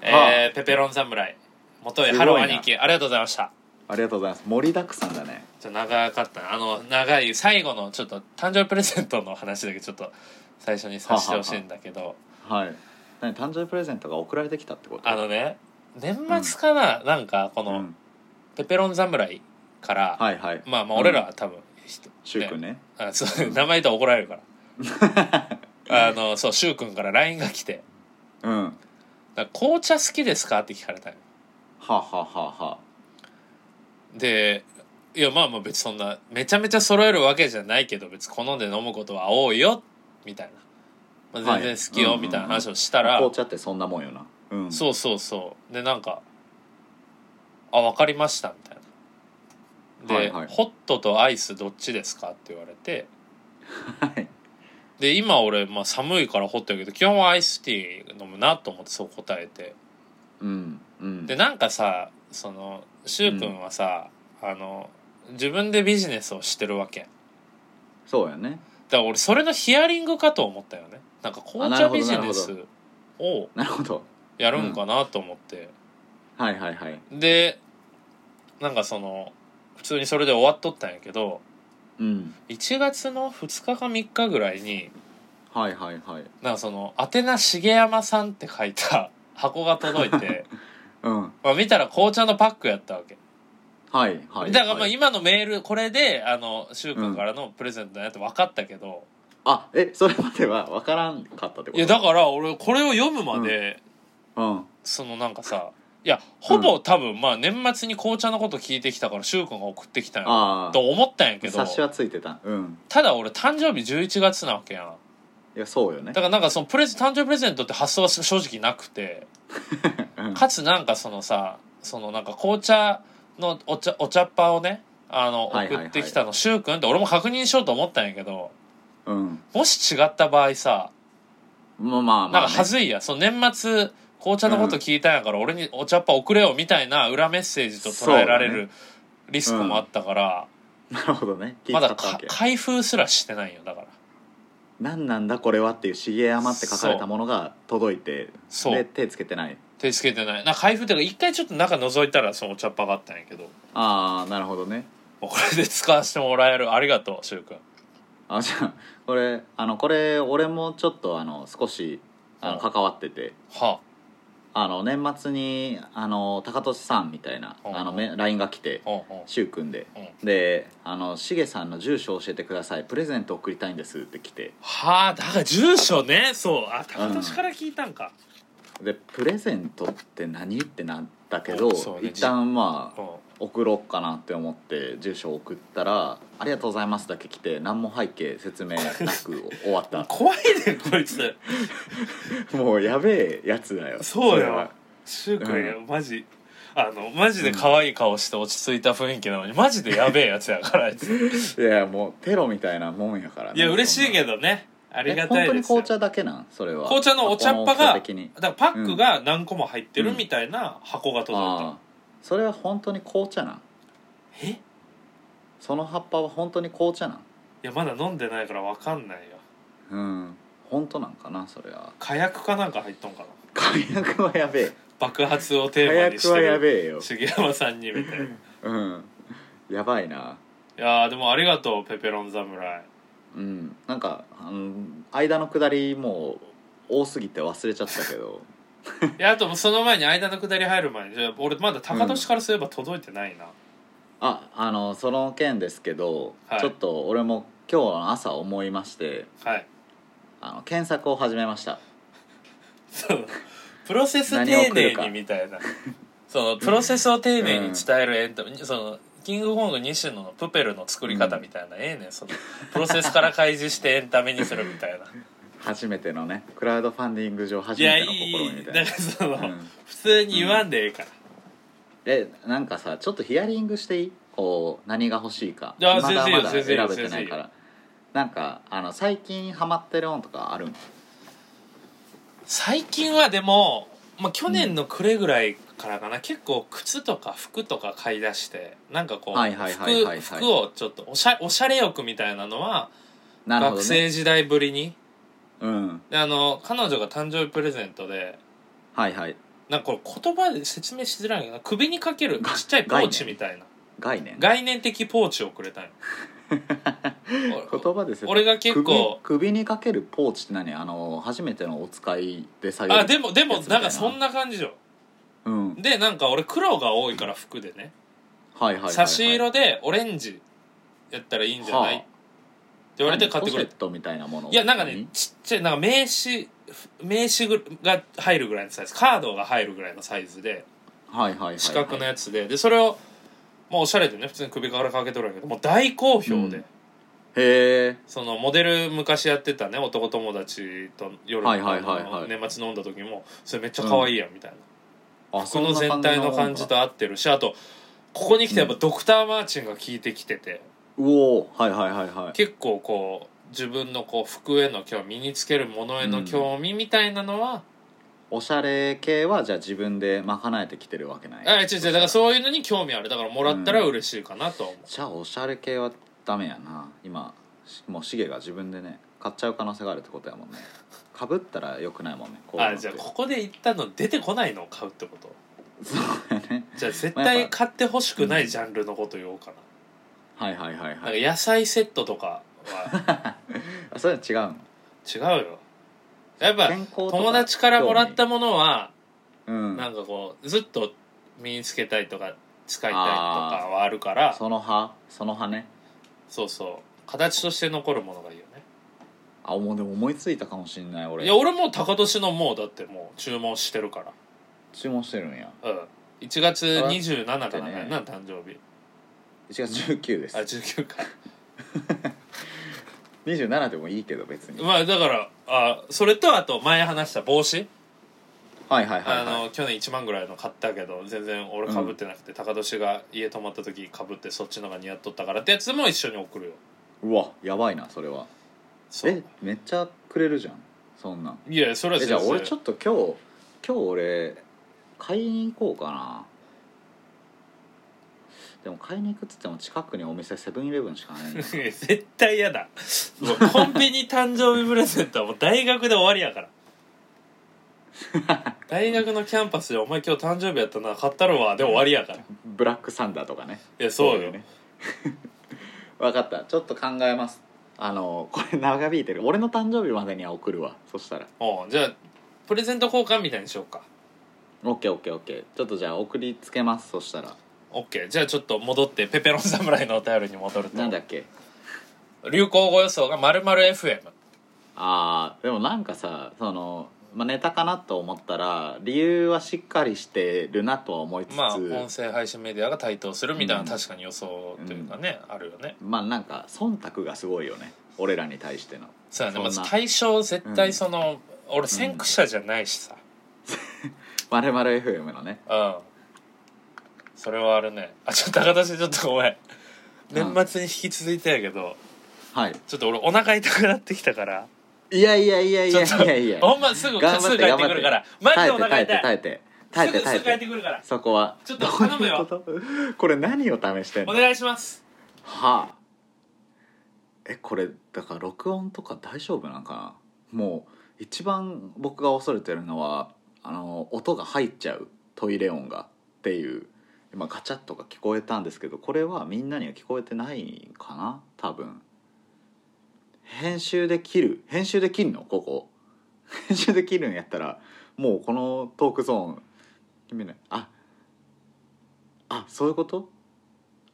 Speaker 1: えーペペロン侍元へ
Speaker 2: すごいな
Speaker 1: 春兄貴ありがとうございました
Speaker 2: ありがとうございます盛りだくさんだね
Speaker 1: ちょっと長かったなあの長い最後のちょっと誕生日プレゼントの話だけちょっと最初にさせてほしいんだけど
Speaker 2: はい何誕生日プレゼントが送られてきたってこと
Speaker 1: あのね年末かな、なんかこ
Speaker 2: う
Speaker 1: の
Speaker 2: ん、
Speaker 1: ペペロン侍から、
Speaker 2: はいはい
Speaker 1: まあまあ俺らは多分人
Speaker 2: 柊君ね
Speaker 1: あそう名前言ったら怒られるから あのそう柊君から LINE が来て
Speaker 2: うんは
Speaker 1: 「なんか紅茶好きですか?」って聞かれたの
Speaker 2: あはあはあはあ
Speaker 1: でいやまあまあ別にそんなめちゃめちゃ揃えるわけじゃないけど別に好んで飲むことは多いよみたいな、まあ、
Speaker 2: はい
Speaker 1: 全然好きよみたいな話をしたら、
Speaker 2: 紅茶ってそんなもんよなうん
Speaker 1: そうそうそうでなんか「あ分かりました」みたいな。で、
Speaker 2: はいはい
Speaker 1: ホットとアイスどっちですか?」って言われて、
Speaker 2: はい
Speaker 1: で今俺、まあ、寒いからホットやけど基本はアイスティー飲むなと思ってそう答えて
Speaker 2: うんうん
Speaker 1: でなんかさその柊君はさ、あの自分でビジネスをしてるわけだか
Speaker 2: そうやね
Speaker 1: ら俺それのヒアリングかと思ったよねなんか紅
Speaker 2: あな
Speaker 1: 茶
Speaker 2: るほど
Speaker 1: ビジ
Speaker 2: なる
Speaker 1: ネ
Speaker 2: ほ
Speaker 1: ス
Speaker 2: ど
Speaker 1: を
Speaker 2: なるほど
Speaker 1: やるんかなと思って、
Speaker 2: はいはいはい
Speaker 1: でなんかその普通にそれで終わっとったんやけど
Speaker 2: うん
Speaker 1: 1月の2日か3日ぐらいに
Speaker 2: はいはいはい
Speaker 1: なんかその宛名重山さんって書いた箱が届いて。
Speaker 2: うん
Speaker 1: まあ、見たら紅茶のパックやったわけ、
Speaker 2: はいはい
Speaker 1: だからまあ
Speaker 2: はい
Speaker 1: 今のメールこれであの柊君からのプレゼントだなって分かったけど、
Speaker 2: あえそれまでは分からんかったってこと
Speaker 1: いやだから俺これを読むまで、
Speaker 2: うん
Speaker 1: そのなんかさいやほぼ多分まあ年末に紅茶のこと聞いてきたから柊君が送ってきたんや
Speaker 2: ああ
Speaker 1: と思ったんやけど
Speaker 2: 察しはついてたうん
Speaker 1: ただ俺誕生日11月なわけやん
Speaker 2: いやそうよね
Speaker 1: だからなんかそのプレゼ誕生日プレゼントって発想は正直なくて
Speaker 2: うん
Speaker 1: かつなんかそのさそのなんか紅茶のお茶お茶っ葉をねあの
Speaker 2: はいはいは
Speaker 1: 送
Speaker 2: い
Speaker 1: ってきたの柊君って俺も確認しようと思ったんやけど
Speaker 2: うん
Speaker 1: もし違った場合さ
Speaker 2: まあまあま
Speaker 1: なん
Speaker 2: あ
Speaker 1: か
Speaker 2: ね
Speaker 1: はずいやんその年末紅茶のこと聞いたんやから俺にお茶っ葉送れよみたいな裏メッセージと捉えられ
Speaker 2: そうだ
Speaker 1: るリスクもあったから
Speaker 2: なるほどね気
Speaker 1: ま
Speaker 2: 使
Speaker 1: だ
Speaker 2: ったわ
Speaker 1: か
Speaker 2: け
Speaker 1: 開封すらしてないよだから
Speaker 2: 何なんだこれはっていう「茂山」って書かれたものが届いて
Speaker 1: そう
Speaker 2: で手つけてない
Speaker 1: 手つけてないなんか開封っていうか一回ちょっと中覗いたらそのお茶っ葉があったんやけど
Speaker 2: ああなるほどね
Speaker 1: もうこれで使わせてもらえるありがとう柊君
Speaker 2: あじゃあこれあのこれ俺もちょっとあの少しあの
Speaker 1: うん
Speaker 2: 関わってて
Speaker 1: は
Speaker 2: あの年末にあの高俊さんみたいな
Speaker 1: うん
Speaker 2: あのめ LINE が来て
Speaker 1: あうんうん
Speaker 2: 柊君で
Speaker 1: う
Speaker 2: であの「しげさんの住所教えてくださいプレゼント送りたいんです」って来て
Speaker 1: はあだから住所ねそうあ高年から聞いたんか、
Speaker 2: でプレゼントって何ってなったけど、
Speaker 1: おそうね
Speaker 2: 一旦ま
Speaker 1: う
Speaker 2: あ
Speaker 1: ん
Speaker 2: 送ろうかなって思って住所送ったら「ありがとうございます」だけ来て何も背景説明なく終 わった
Speaker 1: 怖いねこいつ
Speaker 2: もうやべえやつだよ
Speaker 1: そう
Speaker 2: れは
Speaker 1: よ柊君、
Speaker 2: う
Speaker 1: マジあのマジで可愛い顔して落ち着いた雰囲気なのにマジでやべえやつやからあい つ
Speaker 2: いやもうテロみたいなもんやからね
Speaker 1: いや嬉しい
Speaker 2: ど
Speaker 1: けどねあ
Speaker 2: あ
Speaker 1: りがたいですよ
Speaker 2: 本当に紅茶だけなんそれは
Speaker 1: 紅茶のお茶っ葉が
Speaker 2: 箱の大きさ的に
Speaker 1: だからパックが何個も入ってるみたいな箱が届いた、
Speaker 2: ああそれは本当に紅茶なん
Speaker 1: えい
Speaker 2: その葉っぱは本当に紅茶なん
Speaker 1: やまだ飲んでないから分かんないよ
Speaker 2: うん本当なんかなそれは
Speaker 1: 火薬かなんか入っとんかな
Speaker 2: 火薬はやべえ
Speaker 1: 爆発を
Speaker 2: 火
Speaker 1: テーマにし
Speaker 2: 薬
Speaker 1: て
Speaker 2: はや
Speaker 1: る
Speaker 2: べえよ
Speaker 1: 重山さんにみたいない
Speaker 2: うんやばいな
Speaker 1: やーでもありがとうペペロン侍
Speaker 2: うんなんかあの間の下りもう多すぎて忘れちゃったけど
Speaker 1: いやあとその前に間の下り入る前にじゃあ俺まだ高年からすれば届いてないな、
Speaker 2: ああのその件ですけど、
Speaker 1: はい
Speaker 2: ちょっと俺も今日の朝思いまして
Speaker 1: はい
Speaker 2: あの検索を始めました
Speaker 1: そうプロセス丁寧にみたいなそのプロセスを丁寧に伝えるエンタメ、そのキングコング西野のプペルの作り方みたいな、ええねんそのプロセスから開示してエンタメにするみたいな
Speaker 2: 初めてのねクラウドファンディング上初
Speaker 1: いや
Speaker 2: め
Speaker 1: い
Speaker 2: ての試
Speaker 1: い
Speaker 2: みみた
Speaker 1: だ
Speaker 2: い
Speaker 1: から
Speaker 2: な
Speaker 1: その、
Speaker 2: うん
Speaker 1: 普通に言わんでええから、
Speaker 2: えなんかさちょっとヒアリングしていいこう何が欲しいか
Speaker 1: いや
Speaker 2: まだまだ
Speaker 1: 全然
Speaker 2: 選
Speaker 1: いいよ
Speaker 2: べてないからなんかあの最近ハマってる音とかあるん
Speaker 1: 最近はでも、まあ、去年の暮れぐらいからかな、結構靴とか服とか買い出してなんかこう
Speaker 2: はいはいはいはいはい
Speaker 1: 服服をちょっとおしゃおしゃれ欲みたいなのは
Speaker 2: なるほ
Speaker 1: 学
Speaker 2: ど
Speaker 1: 生
Speaker 2: ね
Speaker 1: 時代ぶりに、
Speaker 2: うん
Speaker 1: であの彼女が誕生日プレゼントで
Speaker 2: はいはい
Speaker 1: なんかこれ言葉で説明しづらいけど首にかけるちっちゃいポーチみたいな
Speaker 2: 概念
Speaker 1: 概念的ポーチをくれたん よ
Speaker 2: 言葉です
Speaker 1: 俺が結構
Speaker 2: 首首にかけるポーチって何あの初めてのお使いで作業
Speaker 1: あでもでも
Speaker 2: やつみた
Speaker 1: ないんかそんな感じよ
Speaker 2: うん
Speaker 1: でなんか俺黒が多いから服でね
Speaker 2: はいはいはいはい
Speaker 1: 差し色でオレンジやったらいいんじゃない、
Speaker 2: は
Speaker 1: っ
Speaker 2: あ
Speaker 1: て言われて買ってくれ
Speaker 2: 何ポ
Speaker 1: た
Speaker 2: シェットみたいなもの
Speaker 1: いやなんかねちっちゃいなんか名刺名刺ぐが入るぐらいのサイズカードが入るぐらいのサイズで
Speaker 2: 何はいはいはいはい
Speaker 1: 四角のやつででそれをまあおしゃれでね普通に首からかけとるんやけどもう大好評で、
Speaker 2: うんへえ
Speaker 1: そのモデル昔やってたね男友達と夜
Speaker 2: はいはいはいはい
Speaker 1: あの年末飲んだ時もそれめっちゃ可愛いやんみたいな、
Speaker 2: あ
Speaker 1: この全体の感じと合ってるしあとここに来てやっぱドクター・マーチンが効いてきてて、
Speaker 2: うおーはいはいはいはい
Speaker 1: 結構こう自分のこう服への興味身につけるものへの興味みたいなのは、
Speaker 2: おしゃれ系はじゃあ自分で賄えてきてるわけない
Speaker 1: あ違う違うだからそういうのに興味あるだからもらったら嬉しいかなとは思う、
Speaker 2: じゃあおしゃれ系はダメやな今しもうシゲが自分でね買っちゃう可能性があるってことやもんねかぶったらよくないもんねこういうの
Speaker 1: あ
Speaker 2: って
Speaker 1: じゃあここで言ったの出てこないのを買うってこと
Speaker 2: そうやね
Speaker 1: じゃあ絶
Speaker 2: まあや
Speaker 1: 対
Speaker 2: っぱ
Speaker 1: 買ってほしくないジャンルのこと言おうか
Speaker 2: はいはいはい
Speaker 1: な,、
Speaker 2: は
Speaker 1: なん
Speaker 2: い
Speaker 1: か野菜セットとかは
Speaker 2: あそれは違うの
Speaker 1: 違うよやっぱ
Speaker 2: 健康とか
Speaker 1: 友達からもらったものは
Speaker 2: うん
Speaker 1: なんかこうずっと身につけたいとか使いたいとかはあるから
Speaker 2: その葉その葉ね
Speaker 1: そうそう形として残るものがいいよね
Speaker 2: あもうでも思いついたかもしんない俺
Speaker 1: いや俺も高年のもうだってもう注文してるか
Speaker 2: 注文してるんや
Speaker 1: らうん1月27かなん
Speaker 2: だ
Speaker 1: か
Speaker 2: ってね
Speaker 1: な誕生日
Speaker 2: 1月19です
Speaker 1: あ19か
Speaker 2: 27でもいいけど別 に
Speaker 1: まあだからあそれとあと前話した帽子
Speaker 2: はいはいはい
Speaker 1: あ
Speaker 2: は
Speaker 1: の去年1万ぐらいの買ったけど全然俺かぶってなくて高年が家泊まった時かぶってそっちのが似合っとったからってやつも一緒に送るよ
Speaker 2: いうわやばいなそれは
Speaker 1: そう
Speaker 2: えめっちゃくれるじゃんそんなん
Speaker 1: いやそれは
Speaker 2: え
Speaker 1: 全
Speaker 2: じ
Speaker 1: 然
Speaker 2: ゃあ俺ちょっと今日今日俺買いに行こうかなでも買いに行くっつっても近くにお店セブンイレブンしか ないんだ
Speaker 1: 絶対嫌だもうコンビニ誕生日プレゼントはもう大学で終わりやから 大学のキャンパスで「お前今日誕生日やったな買ったろわ」で終わり やからい
Speaker 2: ブラックサンダーとかね
Speaker 1: やそうよ
Speaker 2: ね わかったちょっと考えますあのこれ長引いてる俺の誕生日までには送るわそしたら
Speaker 1: おうじゃあプレゼント交換みたいにしようか
Speaker 2: OKOKOK ちょっとじゃあ送りつけますそしたら
Speaker 1: OK じゃあちょっと戻ってペペロン侍のお便りに戻ると
Speaker 2: なんだっけ
Speaker 1: 流行語予想が〇〇 FM
Speaker 2: あーでもなんかさその、まあ、ネタかなと思ったら理由はしっかりしてるなとは思いつつ、
Speaker 1: まあ音声配信メディアが台頭するみたいな
Speaker 2: うん
Speaker 1: 確かに予想というかね、あるよね
Speaker 2: まあなんか忖度がすごいよね俺らに対しての
Speaker 1: そうやね
Speaker 2: そん
Speaker 1: ま
Speaker 2: な
Speaker 1: ず対象絶
Speaker 2: う
Speaker 1: 対
Speaker 2: ん
Speaker 1: その、俺先駆者じゃないしさ
Speaker 2: 「まる FM」のね
Speaker 1: うんそれはあるねあちょっと高田氏ちょっとごめん
Speaker 2: うん
Speaker 1: 年末に引き続いてやけど、
Speaker 2: はい
Speaker 1: ちょっと俺お腹痛くなってきたから
Speaker 2: いやいやいやい
Speaker 1: ちょ
Speaker 2: や
Speaker 1: っ
Speaker 2: いやい
Speaker 1: と
Speaker 2: や
Speaker 1: ほんますぐ
Speaker 2: 頑張って
Speaker 1: すぐ帰ってくるからマジ
Speaker 2: 耐
Speaker 1: で
Speaker 2: え
Speaker 1: お腹
Speaker 2: て耐え
Speaker 1: 痛
Speaker 2: て
Speaker 1: い
Speaker 2: 耐えて耐え
Speaker 1: すぐ
Speaker 2: て
Speaker 1: す
Speaker 2: 耐
Speaker 1: ぐ帰って
Speaker 2: えて
Speaker 1: くるから
Speaker 2: そこは
Speaker 1: ちょっと頼むよ
Speaker 2: どう いうことこれ何を試してん
Speaker 1: お
Speaker 2: の
Speaker 1: 願いします
Speaker 2: はあえこれだから録音とか大丈夫なんかなもう一番僕が恐れてるのはあの音が入っちゃうトイレ音がっていう今ガチャッとか聞こえたんですけどこれはみんなには聞こえてないかな多分編集で切る編集で切るのここ編集で切るんやったらもうこのトークゾーン見ないああそういうこと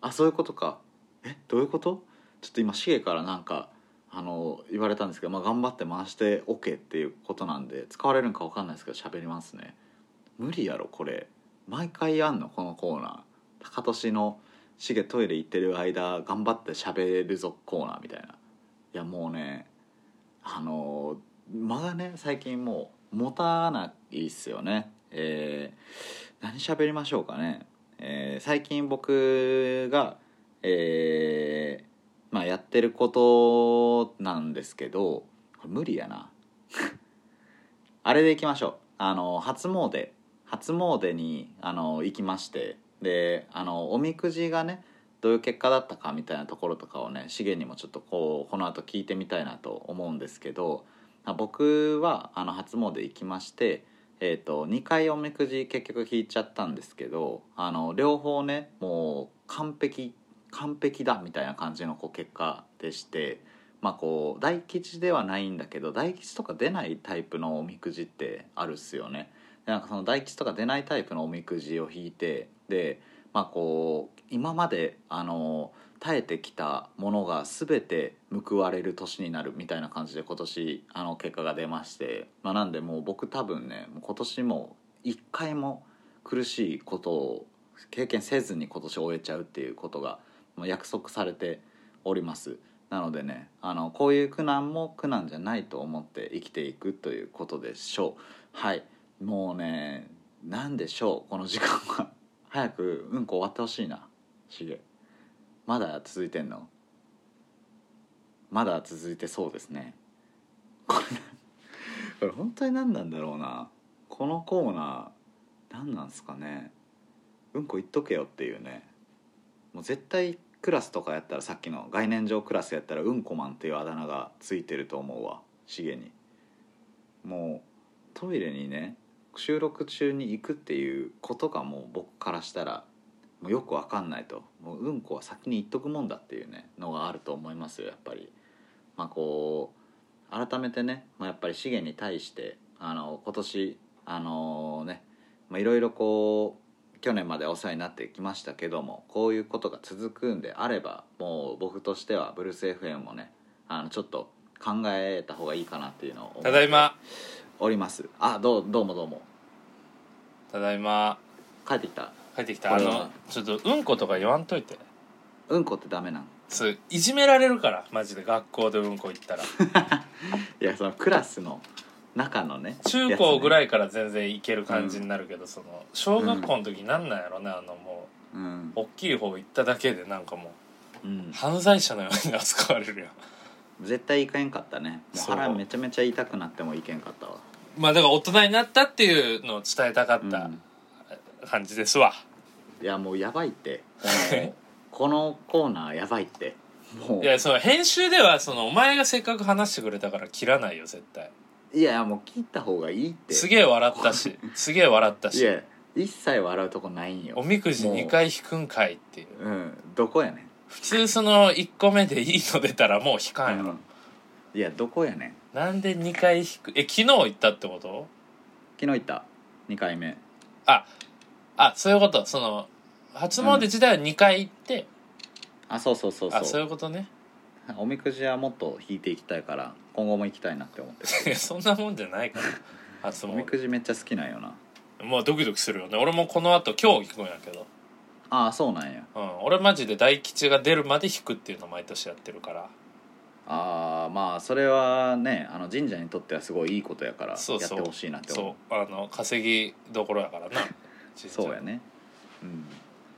Speaker 2: あそういうことかえどういうことちょっと今シゲからなんかあの言われたんですけど、まあ、頑張って回して OK っていうことなんで使われるんか分かんないですけど喋りますね無理やろこれ毎回やんのこのコーナー高年のシゲトイレ行ってる間頑張って喋るぞコーナーみたいないやもうねあの間がね最近もう持たないっすよねえー、何喋りましょうかねえー最近僕が、えーまあ、やってることなんですけどこれ無理やな あれでいきましょうあの初詣初詣にあの行きましてであのおみくじがねどういう結果だったかみたいなところとかをね資源にもちょっとこうこの後聞いてみたいなと思うんですけどあ僕はあの初詣行きましてえー、と2回おみくじ結局引いちゃったんですけどあの両方ねもう完璧完璧だみたいな感じのこう結果でしてまあこう大吉ではないんだけど大吉とか出ないタイプのおみくじってあるっすよね。でなんかその大吉とか出ないタイプのおみくじを引いてでまあこう今まであの耐えてきたものが全て報われる年になるみたいな感じで今年あの結果が出まして、まあ、なんでもう僕多分ねもう今年も一回も苦しいことを経験せずに今年終えちゃうっていうことがもう約束されておりますなのでねあのこういう苦難も苦難じゃないと思って生きていくということでしょうはいもうねなんでしょうこの時間は 早くうんこ終わってほしいなしげまだ続いてんのまだ続いてそうですねこれこれ本当に何なんだろうなこのコーナー何なんすかねうんこ言っとけよっていうねもう絶対クラスとかやったらさっきの概念上クラスやったらうんこマンっていうあだ名がついてると思うわシゲにもうトイレにね収録中に行くっていうことがもう僕からしたらもうよくわかんないともううんこは先に言っとくもんだっていうねのがあると思いますよやっぱり。まあこう改めてね、まあ、やっぱり資源に対してあの今年あのねまあいろいろこう去年までお世話になってきましたけどもこういうことが続くんであればもう僕としてはブルース FM もねあのちょっと考えた方がいいかなっていうのを思って
Speaker 1: ただいま
Speaker 2: おりますあどうどうもどうも
Speaker 1: ただいま
Speaker 2: 帰ってきた
Speaker 1: 帰ってきたあ
Speaker 2: これ
Speaker 1: の
Speaker 2: は
Speaker 1: ちょっとうんことか言わんといて
Speaker 2: うんこってダメなの
Speaker 1: そういじめられるからマジで学校でうんこ行 ったら
Speaker 2: いやそのクラスの中のね
Speaker 1: 中高ぐ
Speaker 2: い、
Speaker 1: らいから全然いける感じになるけど、その小学校の時なんなんやろねあのも
Speaker 2: うん
Speaker 1: う大きい方行っただけでなんかも
Speaker 2: うん
Speaker 1: う、犯罪者のように扱われるやん
Speaker 2: 絶対いかへんかったねもう
Speaker 1: そう
Speaker 2: 腹めちゃめちゃ痛くなってもいけんかったわ
Speaker 1: まあだから大人になったっていうのを伝えたか
Speaker 2: う
Speaker 1: っ
Speaker 2: ん
Speaker 1: た感じですわ、
Speaker 2: いやもうやばいってもうこのコーナーやばいってもう
Speaker 1: い
Speaker 2: いや
Speaker 1: やその編集ではそのお前がせっかく話してくれたから切らないよ絶対
Speaker 2: いやもう切った方がいいって
Speaker 1: すげえ笑った しすげえ笑った
Speaker 2: い
Speaker 1: し
Speaker 2: や一切笑うとこないん
Speaker 1: お
Speaker 2: よ
Speaker 1: みくじ2回引くんかいっていう
Speaker 2: うんどこやねん
Speaker 1: 普通その1個目でいいの出たらもう引かんやろ、
Speaker 2: うんいやどこやねん
Speaker 1: なんで2回引くえ昨日行ったってこと
Speaker 2: 昨日行った2回目
Speaker 1: あそういうことその初詣自体は2回行って、
Speaker 2: あそうそうそうそう
Speaker 1: あそういうことね
Speaker 2: おみくじはもっと引いていきたいから今後も行きたいなって思ってる
Speaker 1: いやそんなもんじゃないから初
Speaker 2: おみ
Speaker 1: 詣
Speaker 2: くじめっちゃ好きなんよな
Speaker 1: まあドキドキするよね俺もこの後今日引くんやけど
Speaker 2: ああそうなんや
Speaker 1: うん、俺マジで大吉が出るまで引くっていうのを毎年やってるから
Speaker 2: ああまあそれはねあの神社にとってはすごいいいことやからやっ
Speaker 1: そう
Speaker 2: て
Speaker 1: そう
Speaker 2: ほしいなって思う
Speaker 1: そうあの稼ぎどころやからな
Speaker 2: そうやねうん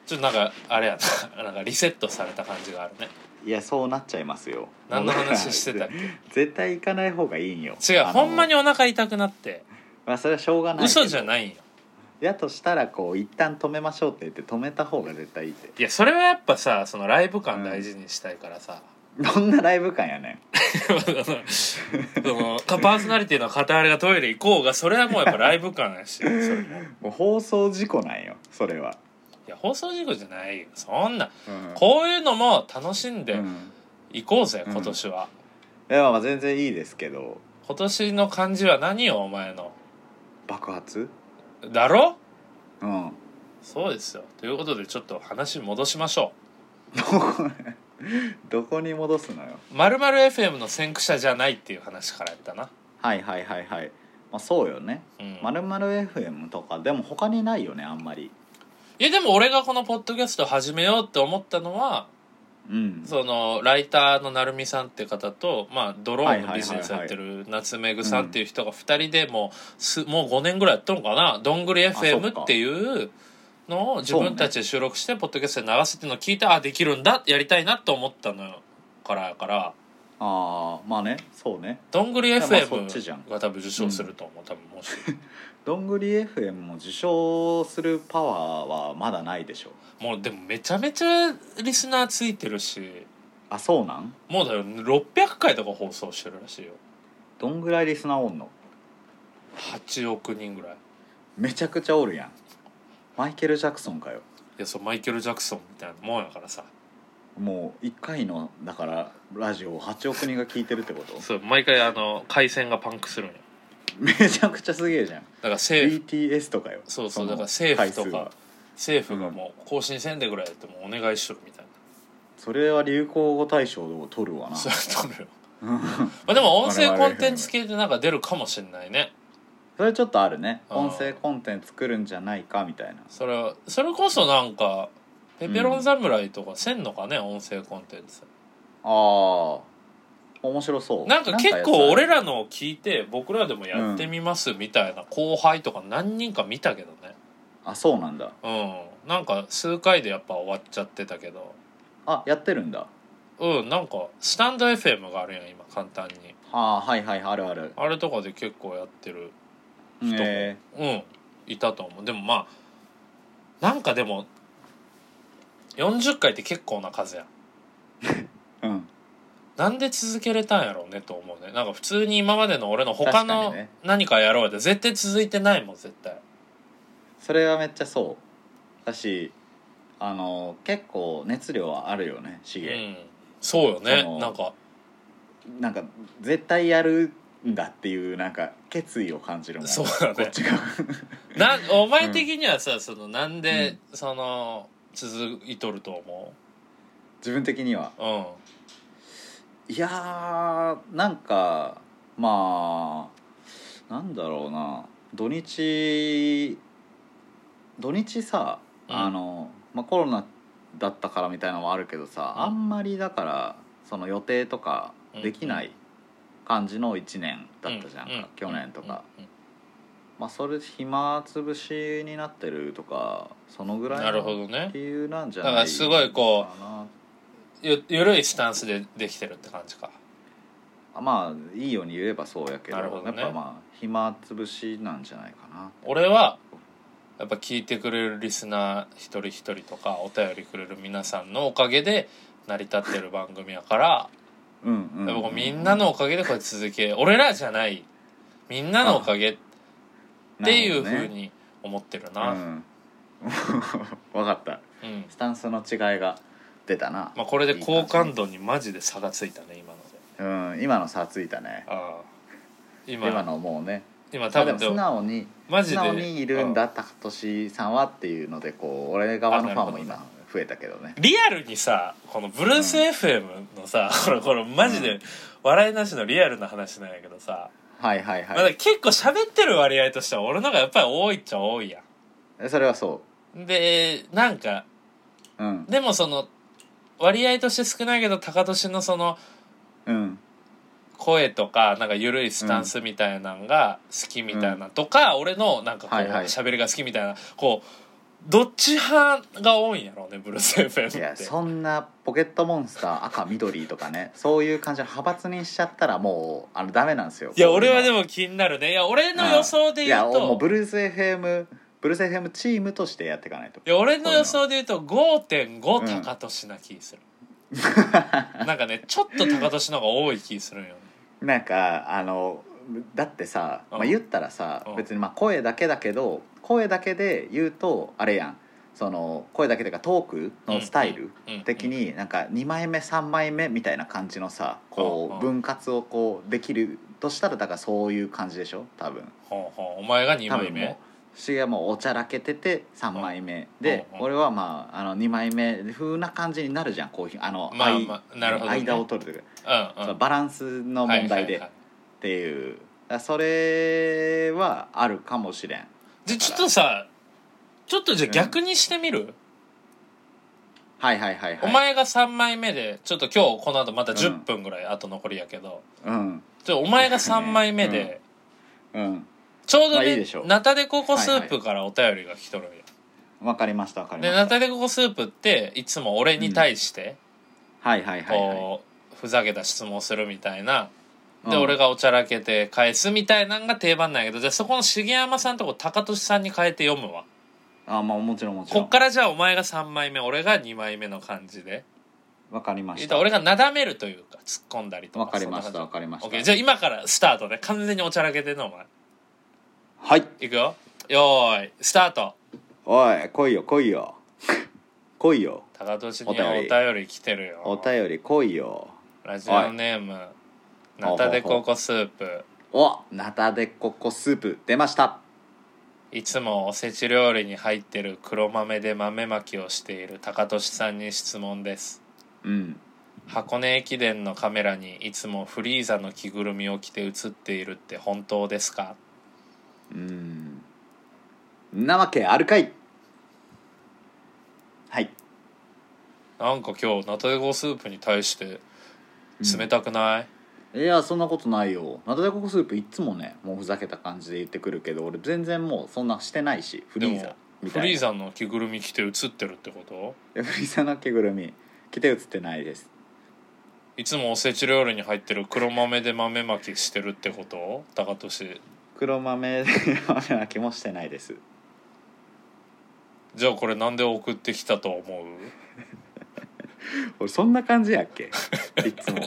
Speaker 1: ちょっとなんかあれやな なんかリセットされた感じがあるね
Speaker 2: いやそうなっちゃいますよ
Speaker 1: 何の話してたっ
Speaker 2: 絶対行かない方がいいんよ
Speaker 1: 違う
Speaker 2: あの
Speaker 1: ほんまにお腹痛くなって
Speaker 2: まあそれはしょうがない
Speaker 1: 嘘じゃ
Speaker 2: ん
Speaker 1: ないよ
Speaker 2: やとしたらこう一旦止めましょうって言って止めた方が絶対いいって
Speaker 1: いやそれはやっぱさそのライブ感大事にしたいからさ、
Speaker 2: どんなライブ感やね ん
Speaker 1: そのパーソナリティの片割れがトイレ行こうがそれはもうやっぱライブ感や しそれもい
Speaker 2: もう放送事故なんよそれは、
Speaker 1: や放送事故じゃないよそんな
Speaker 2: うん
Speaker 1: こういうのも楽しんで
Speaker 2: うん
Speaker 1: いこうぜ、
Speaker 2: うん
Speaker 1: 今年は
Speaker 2: でもまあ全然いいですけど
Speaker 1: 今年の感じは何よお前の
Speaker 2: 爆発
Speaker 1: だろ
Speaker 2: うん
Speaker 1: そうですよということでちょっと話戻しましょ
Speaker 2: どこどこに戻すのよ
Speaker 1: うまる FM の先駆者じゃないっていう話からやったな
Speaker 2: はいはいはいはいまあそうよね
Speaker 1: うん、
Speaker 2: まるまる FM とかでも他にないよねあんまり
Speaker 1: いやでも俺がこのポッドキャスト始めようって思ったのは
Speaker 2: うん
Speaker 1: そのライターの成美さんって方と、まあ、ドローンのビジネスやってる夏目ぐさんっていう人が2人でもうすもう5年ぐらいやったのかな「どんぐり
Speaker 2: そっ
Speaker 1: FM」
Speaker 2: か
Speaker 1: っていうのを自分たちで収録してポッドキャストで流すっていうのを聞いてあできるんだやりたいなと思ったのよからやから
Speaker 2: ああまあねそうね
Speaker 1: 「どんぐり
Speaker 2: やまあそっちじゃん
Speaker 1: FM」が多分受賞すると思う、多分もし
Speaker 2: どんぐり FM も受賞するパワーはまだないでしょ
Speaker 1: もうでもめちゃめちゃリスナーついてるし
Speaker 2: あそうなん
Speaker 1: もうだよ600回とか放送してるらしいよ
Speaker 2: どんぐらいリスナーおんの
Speaker 1: 8億人ぐらい。
Speaker 2: めちゃくちゃおるやんマイケル・ジャクソンかよ
Speaker 1: いやそうマイケル・ジャクソンみたいなもんやからさ
Speaker 2: もう1回のだからラジオを8億人が聞いてるってこと
Speaker 1: そう毎回あの回線がパンクするんよ
Speaker 2: めちゃくちゃすげえじゃん
Speaker 1: だから政府
Speaker 2: BTS とかよ
Speaker 1: そうそう
Speaker 2: の
Speaker 1: だから政府と
Speaker 2: 回数
Speaker 1: か
Speaker 2: は
Speaker 1: 政府がもう更新せんでぐらいやってもうお願いしろみたい
Speaker 2: それは流行語大賞を取る
Speaker 1: な
Speaker 2: わな
Speaker 1: そうやっとるよ
Speaker 2: うん
Speaker 1: まあでも音声コンテンツ系でなんか出るかもしんないね
Speaker 2: それちょっとあるね
Speaker 1: あー
Speaker 2: 音声コンテンツ作るんじゃないかみたいな
Speaker 1: それはそれこそなんかペペロン侍とかせんのかね、音声コンテンツ
Speaker 2: あー面白そう
Speaker 1: なんか結
Speaker 2: や
Speaker 1: 構
Speaker 2: つ
Speaker 1: 俺らのを聞いて僕らでもやってみますみたいな後輩とか何人か見たけどね
Speaker 2: あそうなんだ
Speaker 1: うんなんか数回でやっぱ終わっちゃってたけど
Speaker 2: あやってるんだ
Speaker 1: うんなんかスタンド FM があるやん今簡単に
Speaker 2: あーはいはいあるある
Speaker 1: あれとかで結構やってる人も、
Speaker 2: え
Speaker 1: うんいたと思うでもまあなんかでも40回って結構な数やん
Speaker 2: ー、うん
Speaker 1: なんで続けれたんやろうねと思うねなんか普通に今までの俺の他
Speaker 2: 確か
Speaker 1: の
Speaker 2: にね
Speaker 1: 何かやろうやで絶対続いてないもん絶対
Speaker 2: それはめっちゃそうだしあの結構熱量はあるよね
Speaker 1: う
Speaker 2: シゲ、
Speaker 1: んそうよね
Speaker 2: その
Speaker 1: なんか
Speaker 2: なんか絶対やるんだっていうなんか決意を感じるもん
Speaker 1: そうだね
Speaker 2: こっちが
Speaker 1: なお前的にはさ、そのなんで、その続いとると思
Speaker 2: 自分的には
Speaker 1: ううん
Speaker 2: いやーなんかまあなんだろうな土日土日さ、
Speaker 1: うん
Speaker 2: あの、まあ、コロナだったからみたいなのもあるけどさ、
Speaker 1: うん
Speaker 2: あんまりだからその予定とかできない感じの1年だったじゃんか、
Speaker 1: う
Speaker 2: 去年とか、、
Speaker 1: うんうん
Speaker 2: まあ、それ暇つぶしになってるとかそのぐらい
Speaker 1: なるほ
Speaker 2: の
Speaker 1: どね
Speaker 2: 理由なんじゃ
Speaker 1: だ
Speaker 2: ない
Speaker 1: からすごいこう
Speaker 2: かな
Speaker 1: ゆゆるいスタンスでできてるって感じか
Speaker 2: あまあいいように言えばそうやけど
Speaker 1: なるほどね
Speaker 2: やっぱまあ暇つぶしなんじゃないかな
Speaker 1: 俺はやっぱ聞いてくれるリスナー一人一人とかお便りくれる皆さんのおかげで成り立ってる番組やから、
Speaker 2: うんうん、
Speaker 1: やっぱこうみんなのおかげでこれ続け俺らじゃないみんなのおかげっていうふう
Speaker 2: なる
Speaker 1: に思ってる
Speaker 2: ほ
Speaker 1: な
Speaker 2: どねうん、分 かった
Speaker 1: うん
Speaker 2: スタンスの違いが出たな、
Speaker 1: まあ、これで好感度にマジで差がついたね今ので
Speaker 2: うん、今の差ついたね
Speaker 1: ああ今
Speaker 2: 今
Speaker 1: 今
Speaker 2: のもうねま
Speaker 1: 多
Speaker 2: あ
Speaker 1: 分
Speaker 2: でも
Speaker 1: で
Speaker 2: 素
Speaker 1: も
Speaker 2: 直に
Speaker 1: マジ
Speaker 2: 素
Speaker 1: で
Speaker 2: 直にいるんだったとしさんはっていうのでこう俺側のファンも
Speaker 1: あな
Speaker 2: 今
Speaker 1: る
Speaker 2: 増えたけどね
Speaker 1: リアルにさこのブルース FM のさ、 これこれマジで笑いなしのリアルな話なんやけどさ、
Speaker 2: はいはい
Speaker 1: まあ
Speaker 2: は
Speaker 1: だから結構喋ってる割合としては俺のがやっぱり多いっちゃ多いや
Speaker 2: いそれはそ
Speaker 1: んでなんか
Speaker 2: ううん
Speaker 1: でもその割合として少ないけど高年のその
Speaker 2: うん
Speaker 1: 声とかなんか緩いスタンスみたいなのが好きみたいなとか、俺のなんかこう
Speaker 2: はいはい
Speaker 1: 喋りが好きみたいなこうどっち派が多いんやろうねブルース FM っ
Speaker 2: い
Speaker 1: て
Speaker 2: やそんなポケットモンスター赤緑とかね そういう感じの派閥にしちゃったらもうあのダメなんですよ
Speaker 1: いや俺はで
Speaker 2: も
Speaker 1: も気になるねいや俺の予想で言う
Speaker 2: やもう
Speaker 1: と
Speaker 2: ブルース FM ブルース FM チームとしてやっていかないと
Speaker 1: いや俺の予想で言うと5.5高俊な気す る、なんかねちょっと高俊の方が多い気するんよね
Speaker 2: なんかあのだってさ、
Speaker 1: うん
Speaker 2: まあ、言ったらさ、
Speaker 1: うん
Speaker 2: 別にまあ声だけだけど声だけで言うとあれやんその声だけというかトークのスタイル
Speaker 1: うんうん
Speaker 2: 的になんか2枚目3枚目みたいな感じのさ
Speaker 1: うん
Speaker 2: こ
Speaker 1: うん
Speaker 2: う分割をこうできるとしたらだからそういう感じでしょ多分
Speaker 1: ほうほうお前が2
Speaker 2: 多
Speaker 1: 枚
Speaker 2: 分もう
Speaker 1: 目
Speaker 2: シゲはもうおちゃらけてて3枚目で
Speaker 1: うんうん
Speaker 2: 俺はまああの2枚目風な感じになるじゃんこういうあの、
Speaker 1: まあまあ
Speaker 2: 間
Speaker 1: なるほどね
Speaker 2: 間を取るというか
Speaker 1: うん
Speaker 2: そうの
Speaker 1: ん
Speaker 2: バランスの問題で。
Speaker 1: はいはいはい
Speaker 2: っていうだからそれはあるかもしれん
Speaker 1: じゃあちょっとさちょっとじゃあ逆にしてみる、
Speaker 2: はいはいはいはい
Speaker 1: お前が3枚目でちょっと今日この後また10分ぐらいあと残りやけど、
Speaker 2: うん
Speaker 1: ちょっとお前が3枚目で、
Speaker 2: うん
Speaker 1: ちょうど
Speaker 2: まあいい
Speaker 1: ね
Speaker 2: でしょう
Speaker 1: ナタデココスープからお便りが来とるんや、
Speaker 2: わかりましたわかりま
Speaker 1: で
Speaker 2: し
Speaker 1: ナ
Speaker 2: た
Speaker 1: タデココスープっていつも俺に対して
Speaker 2: はいはいはいは
Speaker 1: こう、ふざけた質問をするみたいなで、
Speaker 2: うん
Speaker 1: 俺がおちゃらけて返すみたいなんが定番なんやけどじゃあそこの重山さんとこ高俊さんに変えて読むわ
Speaker 2: いあまあもちろんもち
Speaker 1: こ
Speaker 2: ろ
Speaker 1: っ
Speaker 2: ん
Speaker 1: からじゃあお前が3枚目俺が2枚目の感じで
Speaker 2: わかりま
Speaker 1: 言
Speaker 2: し
Speaker 1: うた
Speaker 2: た
Speaker 1: ら俺がなだめるというか突っ込んだりとか
Speaker 2: わかりました
Speaker 1: そんな
Speaker 2: わ
Speaker 1: 感
Speaker 2: かりま
Speaker 1: じ
Speaker 2: し
Speaker 1: OK
Speaker 2: た
Speaker 1: じゃあ今からスタートね完全におちゃらけてんのお前
Speaker 2: はい
Speaker 1: いくよよーいスタート
Speaker 2: おい来いよ来いよ 来いよ
Speaker 1: 高俊に
Speaker 2: お便
Speaker 1: はお
Speaker 2: り
Speaker 1: 便り来てるよ
Speaker 2: お便り来いよ
Speaker 1: ラジオネームナタデココスープ
Speaker 2: おナタデココスープ出ました
Speaker 1: いつもおせち料理に入ってる黒豆で豆まきをしている高俊さんに質問です
Speaker 2: うん
Speaker 1: 箱根駅伝のカメラにいつもフリーザの着ぐるみを着て写っているって本当ですか
Speaker 2: うんなわけあるかいはい
Speaker 1: なんか今日ナタデコスープに対して冷たくない、
Speaker 2: いやそんなことないよナタデココスープいっつもねもうふざけた感じで言ってくるけど俺全然もうそんなしてないしフリーザみた
Speaker 1: フ
Speaker 2: いな
Speaker 1: リーザの着ぐるみ着て写ってるってこと
Speaker 2: いやフリーザの着ぐるみ着て写ってないです
Speaker 1: いつもおせち料理に入ってる黒豆で豆まきしてるってこと高俊
Speaker 2: 黒豆 豆な気もしてないです
Speaker 1: じゃあこれなんで送ってきたと思 う
Speaker 2: 俺そんな感じやっ けいっつも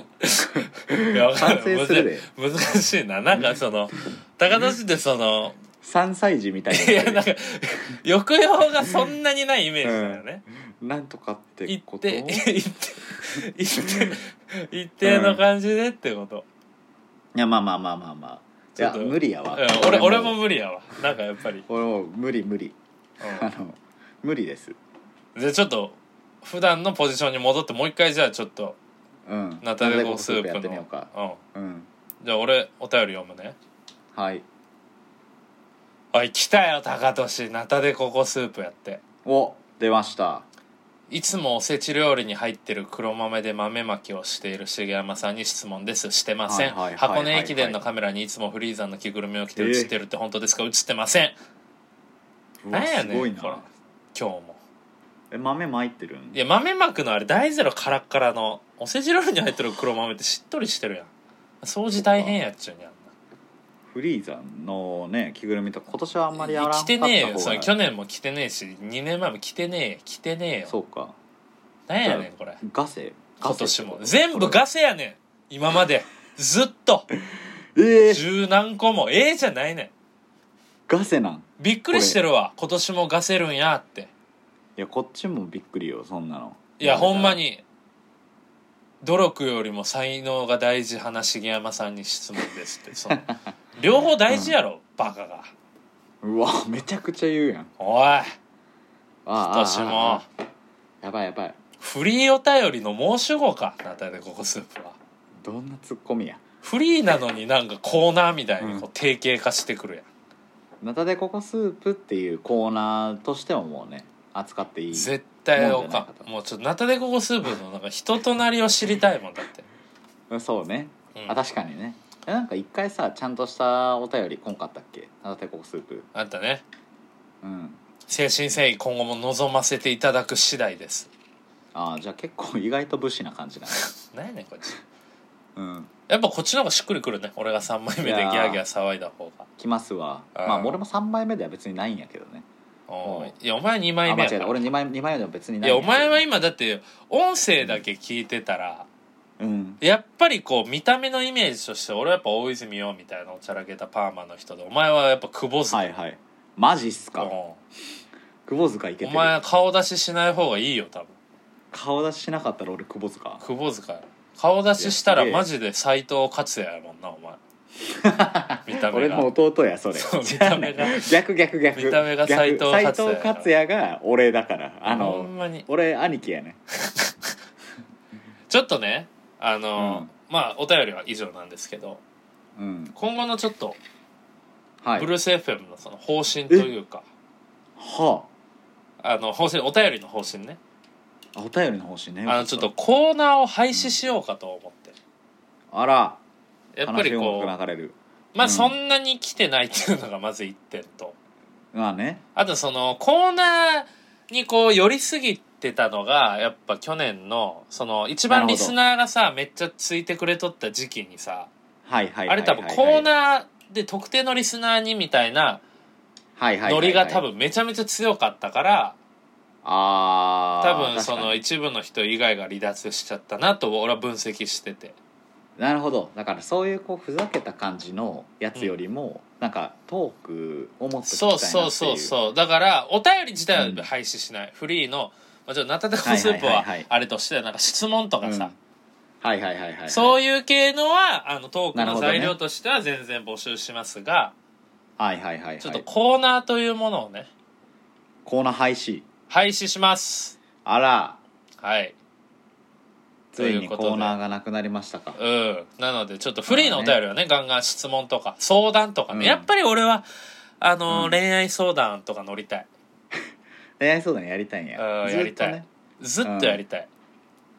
Speaker 1: いやわかん
Speaker 2: 反
Speaker 1: ない
Speaker 2: 省するで
Speaker 1: 難しいななんかその高俊ってその
Speaker 2: 3歳児みたい
Speaker 1: いや
Speaker 2: な
Speaker 1: なんか抑揚がそんなにないイメージだよね、
Speaker 2: なんとかって
Speaker 1: 一
Speaker 2: こと
Speaker 1: 定一定一定一定の感じでってこと、
Speaker 2: いやまあまあまあまあまあい
Speaker 1: ちょっ
Speaker 2: や
Speaker 1: と
Speaker 2: 無理や
Speaker 1: う
Speaker 2: わ、
Speaker 1: ん、俺俺も無理やわなんかやっぱり、
Speaker 2: 俺も無理無理あの無理です
Speaker 1: うん、でちょっと普段のポジションに戻ってもう一回じゃあちょっと
Speaker 2: うん
Speaker 1: ナタデコスープの
Speaker 2: ナタデコやってみようか
Speaker 1: う
Speaker 2: うん
Speaker 1: ん、じゃあ俺お便り読むね
Speaker 2: はい
Speaker 1: おい来たよ高俊ナタデココスープやって
Speaker 2: お出ました
Speaker 1: いつもおせち料理に入ってる黒豆で豆まきをしている重山さんに質問ですしてません
Speaker 2: はいはいはいはい
Speaker 1: 箱根駅伝のカメラにいつもフリーザの着ぐるみを着て映ってるって本当ですか映ってません
Speaker 2: う
Speaker 1: なん
Speaker 2: わ
Speaker 1: や
Speaker 2: すご
Speaker 1: ね
Speaker 2: い
Speaker 1: んこれ
Speaker 2: な
Speaker 1: 今日も
Speaker 2: え豆まいてるん
Speaker 1: いや豆まくのあれ大ゼロカラッカラのおせち料理に入ってる黒豆ってしっとりしてるやん掃除大変やっちゅうにゃん
Speaker 2: フリーザのね着ぐるみと今年はあんまりやらんか
Speaker 1: 着
Speaker 2: った
Speaker 1: て
Speaker 2: 方が
Speaker 1: ねえよそれ去年も着てねえし2年前も着てねえ着てねえよ
Speaker 2: そうか
Speaker 1: なんやねんこれ
Speaker 2: ガセ
Speaker 1: 今年も全部ガセやねん今までずっと
Speaker 2: ええ
Speaker 1: 十何個もええじゃないねん
Speaker 2: ガセなん
Speaker 1: びっくりしてるわ今年もガセるんやって
Speaker 2: いやこっちもびっくりよそんなの
Speaker 1: いやほんまに努力よりも才能が大事花重山さんに質問ですって その両方大事やろ、バカが
Speaker 2: うわめちゃくちゃ言うやん
Speaker 1: おい
Speaker 2: あ
Speaker 1: 今年も
Speaker 2: やばいやばい
Speaker 1: フリーお便りの申し子かなたでここスープは
Speaker 2: どんなツッコミや
Speaker 1: フリーなのになんかコーナーみたいにこう
Speaker 2: う
Speaker 1: 定型化してくるやん、
Speaker 2: ナタデココスープっていうコーナーとしてももうね扱っていい
Speaker 1: 絶対
Speaker 2: も
Speaker 1: お
Speaker 2: んじゃない
Speaker 1: か
Speaker 2: かと
Speaker 1: んもうちょっとナタデココスープのなんか人となりを知りたいもんだって、
Speaker 2: そうね
Speaker 1: うん
Speaker 2: あ確かにねえなんか一回さちゃんとしたお便りこんかったっけナタデココスープ
Speaker 1: あんたね
Speaker 2: うん
Speaker 1: 誠心誠意今後も望ませていただく次第です
Speaker 2: ああじゃあ結構意外と武士な感 じなんだ、
Speaker 1: 何やねんこっち
Speaker 2: うん、
Speaker 1: やっぱこっちの方がしっくりくるね俺が3枚目でギャーギャー騒いだ方が
Speaker 2: 来ますわ
Speaker 1: あー
Speaker 2: まあ俺も3枚目では別にないんやけどね
Speaker 1: おい
Speaker 2: も
Speaker 1: いやお前2枚
Speaker 2: あ間
Speaker 1: 目
Speaker 2: 違
Speaker 1: やから
Speaker 2: えた俺2枚二枚目では別に
Speaker 1: い
Speaker 2: ない
Speaker 1: や
Speaker 2: ん
Speaker 1: お
Speaker 2: けど
Speaker 1: 前は今だって音声だけ聞いてたら、
Speaker 2: うん
Speaker 1: やっぱりこう見た目のイメージとして俺はやっぱ大泉洋みたいなおちゃらけたパーマの人でお前はやっぱ久保塚、
Speaker 2: はいはいマジっす
Speaker 1: う
Speaker 2: か
Speaker 1: ん
Speaker 2: 久保塚いけ
Speaker 1: お
Speaker 2: てる
Speaker 1: 前顔出ししない方がいいよ多分
Speaker 2: 顔出ししなかったら俺久保塚
Speaker 1: 久保塚や顔出ししたら
Speaker 2: いや
Speaker 1: マジで斎藤克也やもんなお 前見た目
Speaker 2: 俺
Speaker 1: が
Speaker 2: の弟やそれ
Speaker 1: そう見た目が
Speaker 2: 逆逆逆
Speaker 1: 見た目が
Speaker 2: 逆
Speaker 1: 斉藤
Speaker 2: 斉
Speaker 1: 勝也
Speaker 2: 藤克也が俺だからあ
Speaker 1: ほ
Speaker 2: の
Speaker 1: んまに
Speaker 2: 俺兄貴やね
Speaker 1: ちょっとねあの、
Speaker 2: うん
Speaker 1: まあお便りは以上なんですけど
Speaker 2: うん
Speaker 1: 今後のちょっと
Speaker 2: は
Speaker 1: ブ
Speaker 2: い
Speaker 1: ルース FM のその方針というか、
Speaker 2: は
Speaker 1: あの方針お便りの方針ね
Speaker 2: ああお便りの方針ね
Speaker 1: あのちょっとコーナーを廃止しようかと思って、
Speaker 2: あら
Speaker 1: やっぱりこ
Speaker 2: 悲しい音
Speaker 1: う
Speaker 2: 楽流れる
Speaker 1: まあ
Speaker 2: うん
Speaker 1: そんなに来てないっていうのがまず1点と
Speaker 2: まあね
Speaker 1: あとそのコーナーにこう寄りすぎてたのがやっぱ去年のその一番リスナーがさめっちゃついてくれとった時期にさ
Speaker 2: はいはい
Speaker 1: あれ多分コーナーで特定のリスナーにみたいな
Speaker 2: ー
Speaker 1: ノリが多分めちゃめちゃ強かったから
Speaker 2: あ
Speaker 1: 多
Speaker 2: ー
Speaker 1: 分そ
Speaker 2: 確
Speaker 1: の
Speaker 2: かに
Speaker 1: 一部の人以外が離脱しちゃったなと俺は分析してて
Speaker 2: なるほどだからそういうこうふざけた感じのやつよりも、なんかトークをもっと聞きたい
Speaker 1: そ
Speaker 2: な
Speaker 1: う
Speaker 2: っていう
Speaker 1: そうそうそうだからお便り自体は廃止しない、フリーの「まあ、ちょっとナタデコスープ」
Speaker 2: はい
Speaker 1: はい
Speaker 2: ははいはい
Speaker 1: あれとしてなんか質問とかさ、
Speaker 2: うんはいはいはいはい
Speaker 1: そうういう系のはあのトーク
Speaker 2: なる
Speaker 1: の
Speaker 2: ほどね
Speaker 1: 材料としては全然募集しますが、
Speaker 2: はいはいはいはい
Speaker 1: ちょっとコーナーというものをね
Speaker 2: コーナー廃止
Speaker 1: 廃止します
Speaker 2: あら
Speaker 1: はい
Speaker 2: つい
Speaker 1: とい
Speaker 2: に
Speaker 1: うこ
Speaker 2: コ
Speaker 1: とで
Speaker 2: ーナーがなくなりましたか
Speaker 1: うんなのでちょっとフリーのお
Speaker 2: まあね
Speaker 1: 便りはねガンガン質問とか相談とかね、
Speaker 2: うん
Speaker 1: やっぱり俺はあの、
Speaker 2: うん
Speaker 1: 恋愛相談とか乗りたい
Speaker 2: 恋愛相談やりたいんや
Speaker 1: うん
Speaker 2: ずっと
Speaker 1: やりたい
Speaker 2: ね
Speaker 1: ずっとやりたい、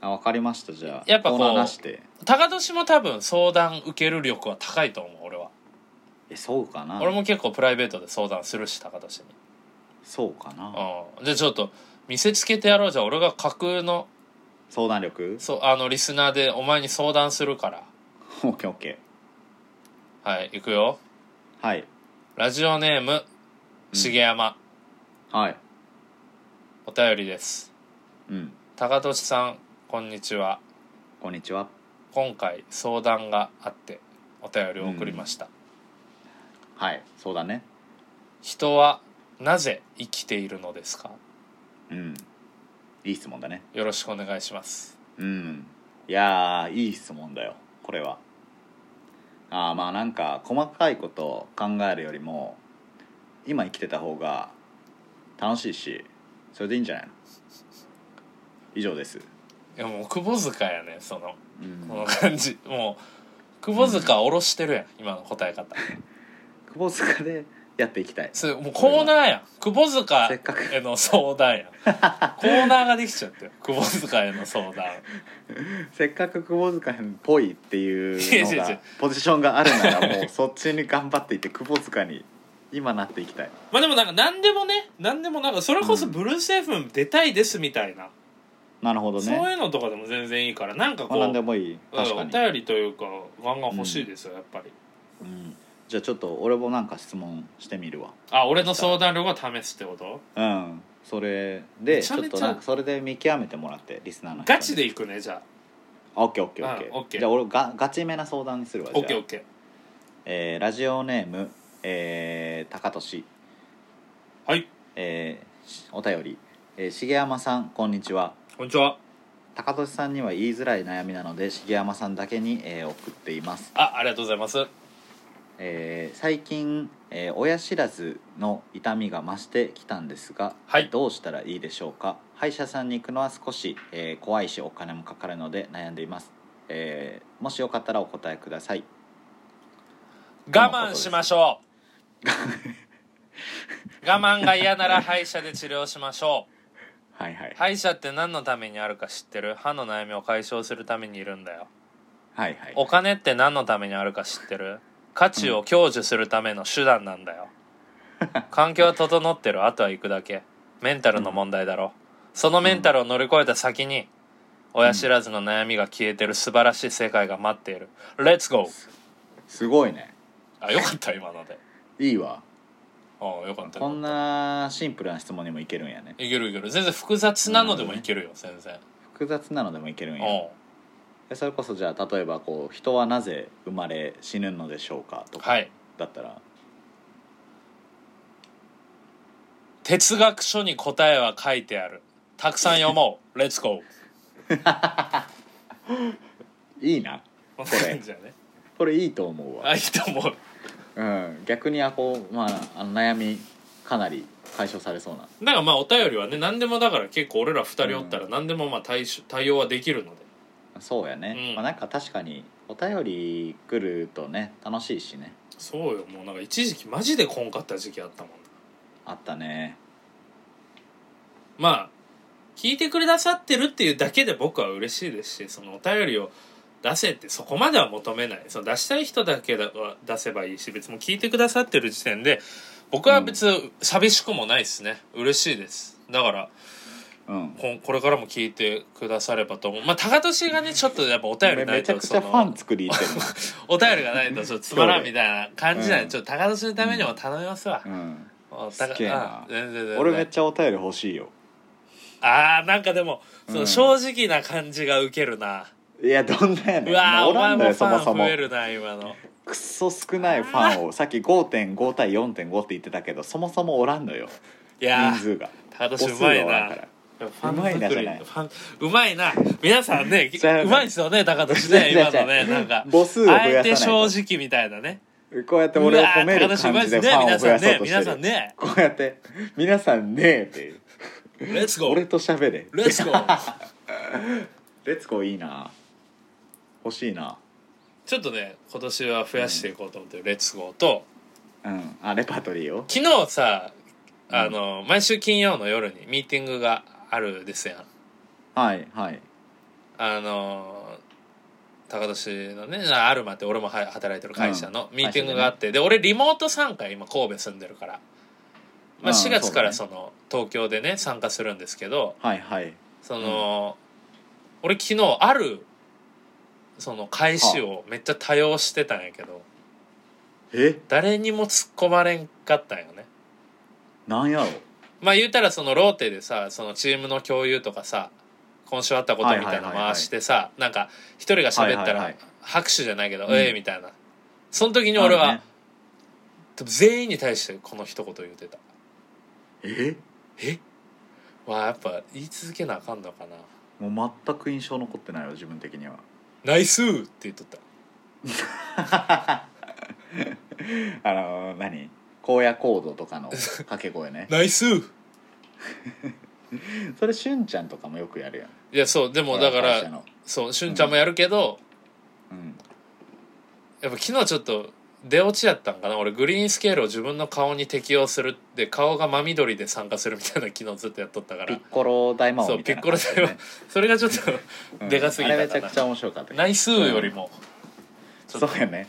Speaker 2: あわかりましたじゃあ
Speaker 1: やっぱこう
Speaker 2: コーナーなしで
Speaker 1: 高年も多分相談受ける力は高いと思う俺は、
Speaker 2: えそうかな
Speaker 1: 俺も結構プライベートで相談するし高年に、
Speaker 2: そうかな
Speaker 1: うん、じゃあちょっと見せつけてやろうじゃあ俺が架空の
Speaker 2: 相談力
Speaker 1: そうあのリスナーでお前に相談するから
Speaker 2: オッケーオッケ
Speaker 1: はい行くよ
Speaker 2: ーはい
Speaker 1: ラジオネーム
Speaker 2: ん
Speaker 1: 重山、
Speaker 2: はい
Speaker 1: お便りです
Speaker 2: うん
Speaker 1: 高俊さんこんにちは
Speaker 2: こんにちは
Speaker 1: 今回相談があってお便りを送りました、
Speaker 2: はいそうだね
Speaker 1: 人はなぜ生きているのですか
Speaker 2: うんいい質問だね
Speaker 1: よろしくお願いします
Speaker 2: うんいやーいい質問だよこれはあーまあなんか細かいことを考えるよりも今生きてた方が楽しいしそれでいいんじゃないの以上です、
Speaker 1: いやもう窪塚やねその
Speaker 2: うん
Speaker 1: この感じもう窪塚下ろしてるやん、今の答え方
Speaker 2: 窪塚でやっていきたい
Speaker 1: それもうコーナーやん窪塚
Speaker 2: せっかく
Speaker 1: への相談やんコーナーができちゃって窪塚への相談
Speaker 2: せっかく窪塚編っぽいっていう
Speaker 1: い
Speaker 2: の
Speaker 1: やいやいや
Speaker 2: がポジションがあるならもうそっちに頑張っていって窪塚に今なっていきたい
Speaker 1: まあでもなんか何でもね何でもなんかそれこそ
Speaker 2: うん
Speaker 1: ブルース FM 出たいですみたいな、
Speaker 2: なるほどね
Speaker 1: そういうのとかでも全然いいからなんか
Speaker 2: ま
Speaker 1: こ
Speaker 2: あ
Speaker 1: う
Speaker 2: 何でもいい確か
Speaker 1: お
Speaker 2: に、
Speaker 1: 便りというかガンガン欲しいですよ、やっぱり
Speaker 2: うん、じゃあちょっと俺もなんか質問してみるわ
Speaker 1: あ俺の相談料が試すってこと
Speaker 2: うんそれ
Speaker 1: め
Speaker 2: で
Speaker 1: ち
Speaker 2: ち
Speaker 1: ゃ
Speaker 2: ょ
Speaker 1: め
Speaker 2: っ
Speaker 1: ちゃ
Speaker 2: となんかそれで見極めてもらってリスナーの人に
Speaker 1: ガチでいくねじゃ
Speaker 2: あオッケーオッケーオッケ
Speaker 1: うんオッケー
Speaker 2: ーじゃあ俺がガチめな相談にするわ
Speaker 1: あ
Speaker 2: じゃあ
Speaker 1: OKOK
Speaker 2: えーラジオネームえー、高俊
Speaker 1: はい
Speaker 2: えーしお便り、えー、重山さんこんにちは
Speaker 1: こんにちは
Speaker 2: 高俊さんには言いづらい悩みなので重山さんだけに、えー送っています、
Speaker 1: あありがとうございます
Speaker 2: えー最近、えー親知らずの痛みが増してきたんですが、
Speaker 1: はい
Speaker 2: どうしたらいいでしょうか歯医者さんに行くのは少し、えー怖いしお金もかかるので悩んでいます、えーもしよかったらお答えください
Speaker 1: 我慢しましょう我慢が嫌なら歯医者で治療しましょう
Speaker 2: はいはい
Speaker 1: 歯医者って何のためにあるか知ってる歯の悩みを解消するためにいるんだよ
Speaker 2: はいはい
Speaker 1: お 金って何のためにあるか知ってる価値を享受するための手段なんだよ、環境は整ってるあとは行くだけメンタルの問題だろ、そのメンタルを乗り越えた先に親知らずの悩みが消えてる素晴らしい世界が待っている「レッツゴー
Speaker 2: すごいね」
Speaker 1: あよかった今ので
Speaker 2: いいわ
Speaker 1: ああよかった
Speaker 2: こんなシンプルな質問にもいけるんやね
Speaker 1: いけるいける全然複雑なのでもいけるよ全然
Speaker 2: 複雑なのでもいけるんや
Speaker 1: お
Speaker 2: でそれこそじゃあ例えばこう人はなぜ生まれ死ぬのでしょうかとか、
Speaker 1: はい
Speaker 2: だったら
Speaker 1: 哲学書に答えは書いてあるたくさん読もうレッツゴー
Speaker 2: いいな
Speaker 1: こ
Speaker 2: れ
Speaker 1: じゃね
Speaker 2: これいいと思うわ
Speaker 1: あ、いいと思う
Speaker 2: うん、逆にあこう、まあ、あの悩みかなり解消されそうな
Speaker 1: だからまあお便りはね何でもだから結構俺ら二人おったら何でもまあ対処対応はできるので
Speaker 2: そうやね、
Speaker 1: うん
Speaker 2: まあ、なんか確かにお便り来るとね楽しいしね
Speaker 1: そうよもうなんか一時期マジでこんかった時期あったもん
Speaker 2: あったね
Speaker 1: まあ聞いてくださってるっていうだけで僕は嬉しいですしそのお便りを出せってそこまでは求めないその出したい人だけだは出せばいいし別に聞いてくださってる時点で僕は別に寂しくもないですね、嬉しいですだから
Speaker 2: うん
Speaker 1: ここれからも聞いてくださればと思うまあ高利がねちょっとやっぱお便り
Speaker 2: め
Speaker 1: ない
Speaker 2: めちゃ
Speaker 1: と
Speaker 2: くち
Speaker 1: そ
Speaker 2: ゃファ
Speaker 1: の
Speaker 2: ン作り入ってる
Speaker 1: お便りがないとちょっとつまらん
Speaker 2: そう
Speaker 1: み
Speaker 2: ね
Speaker 1: たいな感じなんで、
Speaker 2: うん
Speaker 1: ちょっと高利のためにも頼みますわ、
Speaker 2: な、うん、
Speaker 1: お
Speaker 2: す
Speaker 1: 高
Speaker 2: げえ
Speaker 1: あ
Speaker 2: な
Speaker 1: 全然全然
Speaker 2: 俺めっちゃお便り欲しいよ
Speaker 1: あーなんかでもその
Speaker 2: うん
Speaker 1: 正直な感じがウケるな、
Speaker 2: いやどんなやね
Speaker 1: うわ
Speaker 2: ん
Speaker 1: ー
Speaker 2: お
Speaker 1: お前
Speaker 2: らん
Speaker 1: も
Speaker 2: だよ
Speaker 1: フ
Speaker 2: そも
Speaker 1: ァ
Speaker 2: そ
Speaker 1: ン
Speaker 2: も
Speaker 1: 増えるな今の
Speaker 2: くっそ少ないファ ンをさっき5.5対4.5って言ってたけどそもそもおらんのよ
Speaker 1: いや
Speaker 2: 人
Speaker 1: ー
Speaker 2: 数が
Speaker 1: 高
Speaker 2: 母
Speaker 1: 利う
Speaker 2: 数
Speaker 1: ま
Speaker 2: が
Speaker 1: い
Speaker 2: 多い
Speaker 1: な
Speaker 2: から
Speaker 1: ファン
Speaker 2: うまいな
Speaker 1: 作り
Speaker 2: じゃない
Speaker 1: ファンうまいな皆さん ね
Speaker 2: 違う違う
Speaker 1: うまいですよね高利ね
Speaker 2: 違う違
Speaker 1: 今
Speaker 2: う
Speaker 1: のねなんか
Speaker 2: 母数を増や
Speaker 1: あ
Speaker 2: さな
Speaker 1: え
Speaker 2: い
Speaker 1: て正
Speaker 2: と
Speaker 1: 直みたいなね
Speaker 2: こうやって俺を褒め
Speaker 1: う
Speaker 2: る
Speaker 1: わー高利う
Speaker 2: 感
Speaker 1: まい
Speaker 2: じ
Speaker 1: で
Speaker 2: ですファン
Speaker 1: ね
Speaker 2: を
Speaker 1: 皆さん
Speaker 2: 増や
Speaker 1: ね皆
Speaker 2: そうとしてる
Speaker 1: さんね
Speaker 2: こうやって「皆さんねえ」って
Speaker 1: レッツゴ
Speaker 2: 俺
Speaker 1: ー
Speaker 2: と喋れ
Speaker 1: レッツゴ ー
Speaker 2: レッツゴーいいな欲しいな
Speaker 1: ちょっとね今年は増やしていこうと思ってるレッツゴーと
Speaker 2: うんあレパートリーを
Speaker 1: 昨日さあの毎週金曜の夜にミーティングがあるですやん
Speaker 2: はいはい
Speaker 1: あの高年のねアルマって俺もは働いてる会社の
Speaker 2: うん
Speaker 1: ミーティングがあって、で俺リモート参加今神戸住んでるから、まあ、
Speaker 2: うん
Speaker 1: 4月から
Speaker 2: そ
Speaker 1: その東京でね参加するんですけど
Speaker 2: はいはい
Speaker 1: その、俺昨日あるその返しをめっちゃ多用してたんやけど
Speaker 2: え
Speaker 1: 誰にも突っ込まれんかったんよね。
Speaker 2: なんやろ
Speaker 1: まあ言うたらそのローテでさそのチームの共有とかさ今週あったことみたいなの回してさ、なんか一人が喋った
Speaker 2: はいはいは
Speaker 1: ら
Speaker 2: い
Speaker 1: 拍手じゃないけど「
Speaker 2: うん
Speaker 1: ええみたいなその時に俺
Speaker 2: あ
Speaker 1: は
Speaker 2: のね
Speaker 1: 全員に対してこの一言言ってた
Speaker 2: え
Speaker 1: 「えまあやっぱ言い続けなあかんのかな
Speaker 2: もう全く印象残ってないよ自分的には
Speaker 1: ナイス!」って言っとった
Speaker 2: あのー何荒野行動と かの掛け声ね
Speaker 1: 「ナイス!」
Speaker 2: それしゅんちゃんとかもよくやるやん
Speaker 1: いやそうでもだか
Speaker 2: 俺の会社
Speaker 1: ら
Speaker 2: の
Speaker 1: そうしゅんちゃんもやるけど、
Speaker 2: うん
Speaker 1: やっぱ昨日ちょっと出落ちやったんかな俺グリーンスケールを自分の顔に適用するって顔が真緑で参加するみたいな昨日ずっとやっとったか
Speaker 2: ピ
Speaker 1: ら
Speaker 2: ッコロ大魔
Speaker 1: そ
Speaker 2: 王
Speaker 1: う
Speaker 2: み
Speaker 1: ピ
Speaker 2: たい
Speaker 1: ッ
Speaker 2: な
Speaker 1: コロ
Speaker 2: 感じ
Speaker 1: 大
Speaker 2: で
Speaker 1: は
Speaker 2: ね
Speaker 1: それがちょっと
Speaker 2: うん
Speaker 1: でかすぎた
Speaker 2: あれめち
Speaker 1: か
Speaker 2: ゃ
Speaker 1: な
Speaker 2: くちゃ面白かった
Speaker 1: ナイスよりもちょっ
Speaker 2: そ
Speaker 1: と
Speaker 2: うやね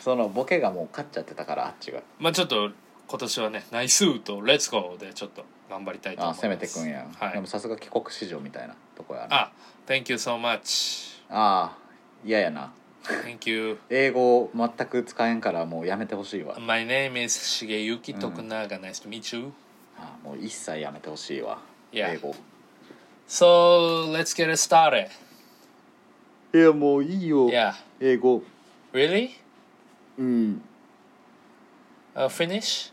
Speaker 2: そのボケがもう勝っちゃってたからあっちが
Speaker 1: まあちょっと今年はねナイスとレッツゴーでちょっと頑張りたいと思い
Speaker 2: あ
Speaker 1: ます
Speaker 2: 攻めてくんや、
Speaker 1: はい
Speaker 2: でもさすが帰国市場みたいなとこやなあ
Speaker 1: あ Thank you so much
Speaker 2: あ嫌やな
Speaker 1: Thank you
Speaker 2: 英語全く使えんからもうやめてほしいわ
Speaker 1: My name is 重幸徳永 Nice to meet you
Speaker 2: あもう一切やめてほしいわ
Speaker 1: Yeah
Speaker 2: 英語
Speaker 1: So let's get it started
Speaker 2: いやもういいよ
Speaker 1: Yeah
Speaker 2: 英語
Speaker 1: Really?
Speaker 2: うん
Speaker 1: Uh, finish?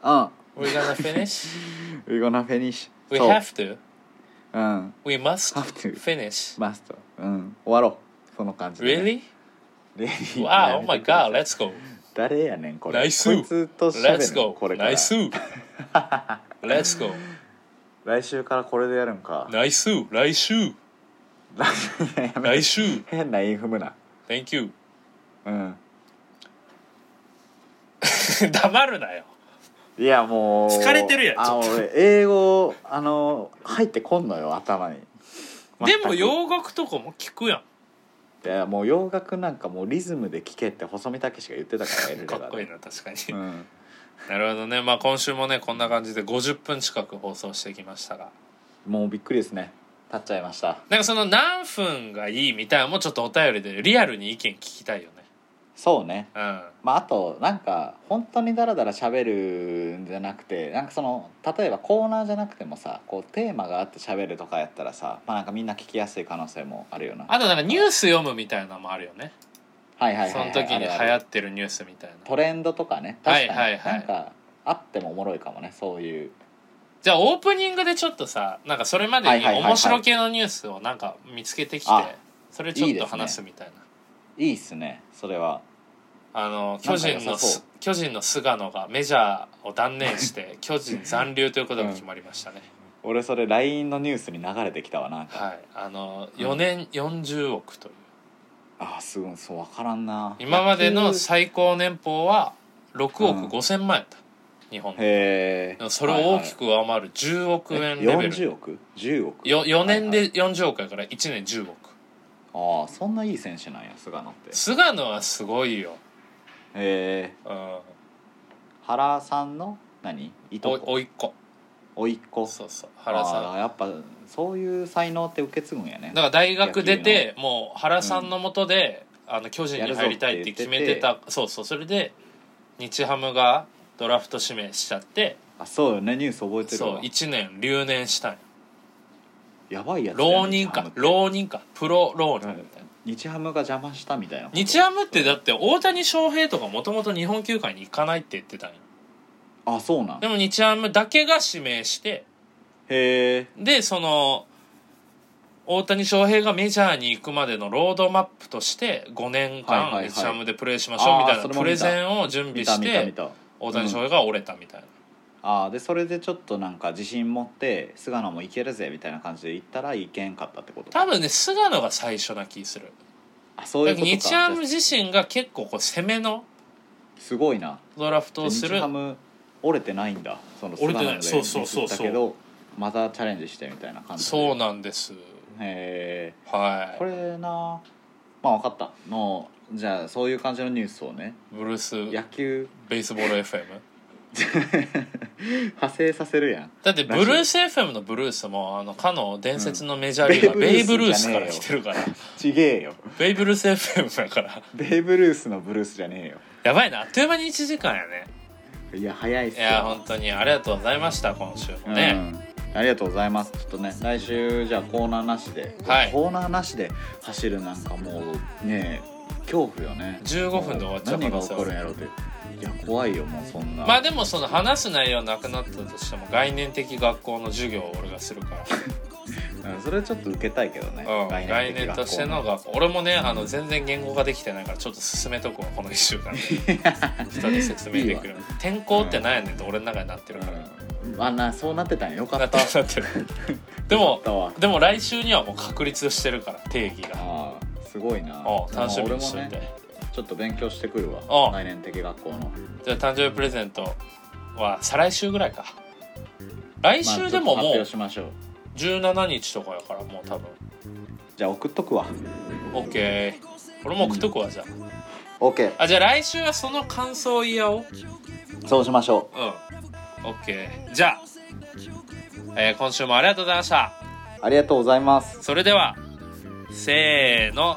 Speaker 2: あ
Speaker 1: We're gonna finish.
Speaker 2: We're gonna finish
Speaker 1: we
Speaker 2: そう
Speaker 1: have to.
Speaker 2: うん
Speaker 1: We must
Speaker 2: Have to.
Speaker 1: finish.
Speaker 2: must うん終わろうその感じでね
Speaker 1: Really?
Speaker 2: Really?
Speaker 1: Wow,
Speaker 2: や
Speaker 1: oh
Speaker 2: め
Speaker 1: my
Speaker 2: てください
Speaker 1: god, let's go.
Speaker 2: 誰やねんこれ
Speaker 1: Nice
Speaker 2: こいつと喋
Speaker 1: Let's
Speaker 2: るの
Speaker 1: go.
Speaker 2: これから
Speaker 1: Nice. Let's go.
Speaker 2: 来週からこれでやるんか
Speaker 1: Nice. 来週。
Speaker 2: やめ
Speaker 1: 来週。
Speaker 2: 変なインフムな
Speaker 1: Thank you.
Speaker 2: うん
Speaker 1: 黙るなよ。
Speaker 2: いやもう
Speaker 1: 疲れてるやんち
Speaker 2: あ
Speaker 1: ょっと
Speaker 2: 俺英語あの入ってこんのよ頭に
Speaker 1: でも
Speaker 2: よ
Speaker 1: 洋楽とかも聞くや
Speaker 2: いやもう洋楽なんかもうリズムで聴けって細見武しが言ってたからエル
Speaker 1: ん。
Speaker 2: レが
Speaker 1: か
Speaker 2: ね
Speaker 1: っこいいな、確かに。
Speaker 2: うん
Speaker 1: なるほどね、まあ、今週もねこんな感じで50分近く放送してきましたが
Speaker 2: もうびっくりですね立っちゃいました
Speaker 1: なんかその何分がいいみたいなのもちょっとお便りでリアルに意見聞きたいよね
Speaker 2: そうね
Speaker 1: うん
Speaker 2: まあ、あとなんか本当にダラダラ喋るんじゃなくてなんかその例えばコーナーじゃなくてもさこうテーマがあって喋るとかやったらさ、まあ、なんかみんな聞きやすい可能性もあるよな
Speaker 1: あとなんかニュース読むみたいなのもあるよね、
Speaker 2: はいはいはい、はい、
Speaker 1: その時に流
Speaker 2: ある
Speaker 1: 行
Speaker 2: ある
Speaker 1: ってるニュースみたいな
Speaker 2: トレンドとかね確かに、
Speaker 1: はいはいはい
Speaker 2: なんかあってもおもろいかもねそういう
Speaker 1: じゃあオープニングでちょっとさなんかそれまで
Speaker 2: はい
Speaker 1: に
Speaker 2: はいはいはい
Speaker 1: 面白系のニュースをなんか見つけてきて
Speaker 2: あ
Speaker 1: それちょ
Speaker 2: い
Speaker 1: っ
Speaker 2: い
Speaker 1: と
Speaker 2: ですね
Speaker 1: 話すみたいない
Speaker 2: いっすねそれは
Speaker 1: あの巨人
Speaker 2: なんか
Speaker 1: の
Speaker 2: 良さそう
Speaker 1: す巨人の菅野がメジャーを断念して 巨人残留ということが決まりましたね、
Speaker 2: 俺それ LINE のニュースに流れてきたわなんか
Speaker 1: はいあの4年40億という
Speaker 2: ああすごいそう分からんな
Speaker 1: 今までの
Speaker 2: 野球
Speaker 1: 最高年俸は6億5千万やった、日本で
Speaker 2: へえ
Speaker 1: それを大きく上回る10億円レベル、
Speaker 2: 40億10億
Speaker 1: よ4年
Speaker 2: はい
Speaker 1: で40億やから1年10億、
Speaker 2: はいああそんないい選手なんや菅野って
Speaker 1: 菅野はすごいよ、
Speaker 2: ええ
Speaker 1: うん、お
Speaker 2: 原さんの何いとこ
Speaker 1: おいっ子
Speaker 2: おいっ子
Speaker 1: そうそう原さん
Speaker 2: ああやっぱそういう才能って受け継ぐんやね
Speaker 1: だから大学出てもう原さんのもとで、あの巨人に入りたいって決めてた
Speaker 2: や
Speaker 1: そうそうそれで日ハムがドラフト指名しちゃって
Speaker 2: あそうよねニュース覚えてる
Speaker 1: そう
Speaker 2: わ
Speaker 1: 1年留年したんよ
Speaker 2: やばいやつだよ
Speaker 1: 浪人か
Speaker 2: 日ハムって
Speaker 1: 浪人かプロ浪人みたいな
Speaker 2: 日ハムが邪魔したみたいなこと
Speaker 1: 日ハムってだって大谷翔平とかもともと日本球界に行かないって言ってたんよ
Speaker 2: あそうなん
Speaker 1: でも日ハムだけが指名して
Speaker 2: へえ
Speaker 1: でその大谷翔平がメジャーに行くまでのロードマップとして5年
Speaker 2: はいはい
Speaker 1: 間
Speaker 2: はい
Speaker 1: 日ハムでプレーしましょうみたい
Speaker 2: あー
Speaker 1: な
Speaker 2: それ
Speaker 1: プ
Speaker 2: も見
Speaker 1: レ
Speaker 2: た
Speaker 1: ゼンを準備
Speaker 2: 見た
Speaker 1: し
Speaker 2: 見た見
Speaker 1: て
Speaker 2: た
Speaker 1: 大谷翔平が折れたみたいな、
Speaker 2: ああでそれでちょっとなんか自信持って菅野もいけるぜみたいな感じで行ったらいけんかったってこと
Speaker 1: 多分ね菅野が最初な気する
Speaker 2: あそういうことか
Speaker 1: 日ハム
Speaker 2: じゃ
Speaker 1: 自身が結構こう攻めの
Speaker 2: あすごいな
Speaker 1: ドラフトをす
Speaker 2: 日
Speaker 1: る
Speaker 2: ハム折れてないんだその
Speaker 1: 折れてない
Speaker 2: 菅野の例に
Speaker 1: そうそうそうそう
Speaker 2: 移ったけどまたチャレンジしてみたいな感じ
Speaker 1: そう
Speaker 2: へ
Speaker 1: なんです
Speaker 2: え
Speaker 1: はい
Speaker 2: これなまあ分かったもうじゃあそういう感じのニュースをね
Speaker 1: ブルース
Speaker 2: 野球
Speaker 1: ベースボール FM
Speaker 2: 派生させるやん
Speaker 1: だってブルース FM のブルースもあのかの伝説のメジャーリーガー、
Speaker 2: うん
Speaker 1: ベイブル
Speaker 2: ベイブル
Speaker 1: ー
Speaker 2: ー
Speaker 1: ス
Speaker 2: ス
Speaker 1: か
Speaker 2: じゃ
Speaker 1: ら
Speaker 2: ねえよ
Speaker 1: 来てるから
Speaker 2: ちげえよ
Speaker 1: ベイブルース FM だから
Speaker 2: ベーブ・ルースのブルースじゃねえよ
Speaker 1: やばいなあっという間に1時間やね
Speaker 2: いや早いっす
Speaker 1: い
Speaker 2: よ
Speaker 1: や本当にありがとうございました今週もね、
Speaker 2: うん、ありがとうございますちょっとね来週じゃあコーナーなしで、
Speaker 1: はい
Speaker 2: コーナーなしで走るなんかもうね恐怖よね
Speaker 1: 15分で終わっちゃう可
Speaker 2: 何
Speaker 1: 能
Speaker 2: が
Speaker 1: 性
Speaker 2: 起
Speaker 1: はあ
Speaker 2: こ
Speaker 1: る
Speaker 2: るんやろうっていや怖いよもうそんな、
Speaker 1: まあでもその話す内容なくなったとしても概念的学校の授業を俺がするから
Speaker 2: うんそれちょっと受けたいけどね、
Speaker 1: うん、概
Speaker 2: 的
Speaker 1: 念
Speaker 2: 学校
Speaker 1: としての学校俺もねあの全然言語化できてないからちょっと進めとこうこの1週間 で人に説明できるように転校ってなんやねんって俺の中になってるから、
Speaker 2: うんあんなそうなってたんやよか
Speaker 1: な
Speaker 2: っ
Speaker 1: って
Speaker 2: た
Speaker 1: るなってるでも
Speaker 2: よかったわ
Speaker 1: でも来週にはもう確立してるから定義が
Speaker 2: あーすごいな
Speaker 1: お楽しみに
Speaker 2: 俺も
Speaker 1: しといて、
Speaker 2: ねちょっと勉強してくるわ
Speaker 1: お
Speaker 2: 概念的学校の
Speaker 1: じゃあ誕生日プレゼントは再来週ぐらいか来週でも
Speaker 2: まあ
Speaker 1: も
Speaker 2: ちょっと
Speaker 1: う
Speaker 2: 発表しましょう
Speaker 1: 17日とかやからもう多分
Speaker 2: じゃあ送っとくわ
Speaker 1: OK 俺も送っとくわじゃ
Speaker 2: OK
Speaker 1: ああじゃあ来週はその感想を言い合おう
Speaker 2: そうしましょ
Speaker 1: うん。オッケー。じゃあ、えー今週もありがとうございました。
Speaker 2: うありがとうございます
Speaker 1: それでは、せーの、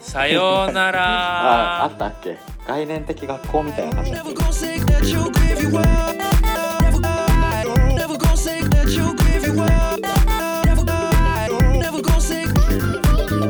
Speaker 1: さような
Speaker 2: ああ
Speaker 1: ら
Speaker 2: っ。たっけ概念的学校みたいな感じだった
Speaker 3: Never gonna say that you'll give you up. Never, never gonna say that you'll give you up. Never, never gonna say.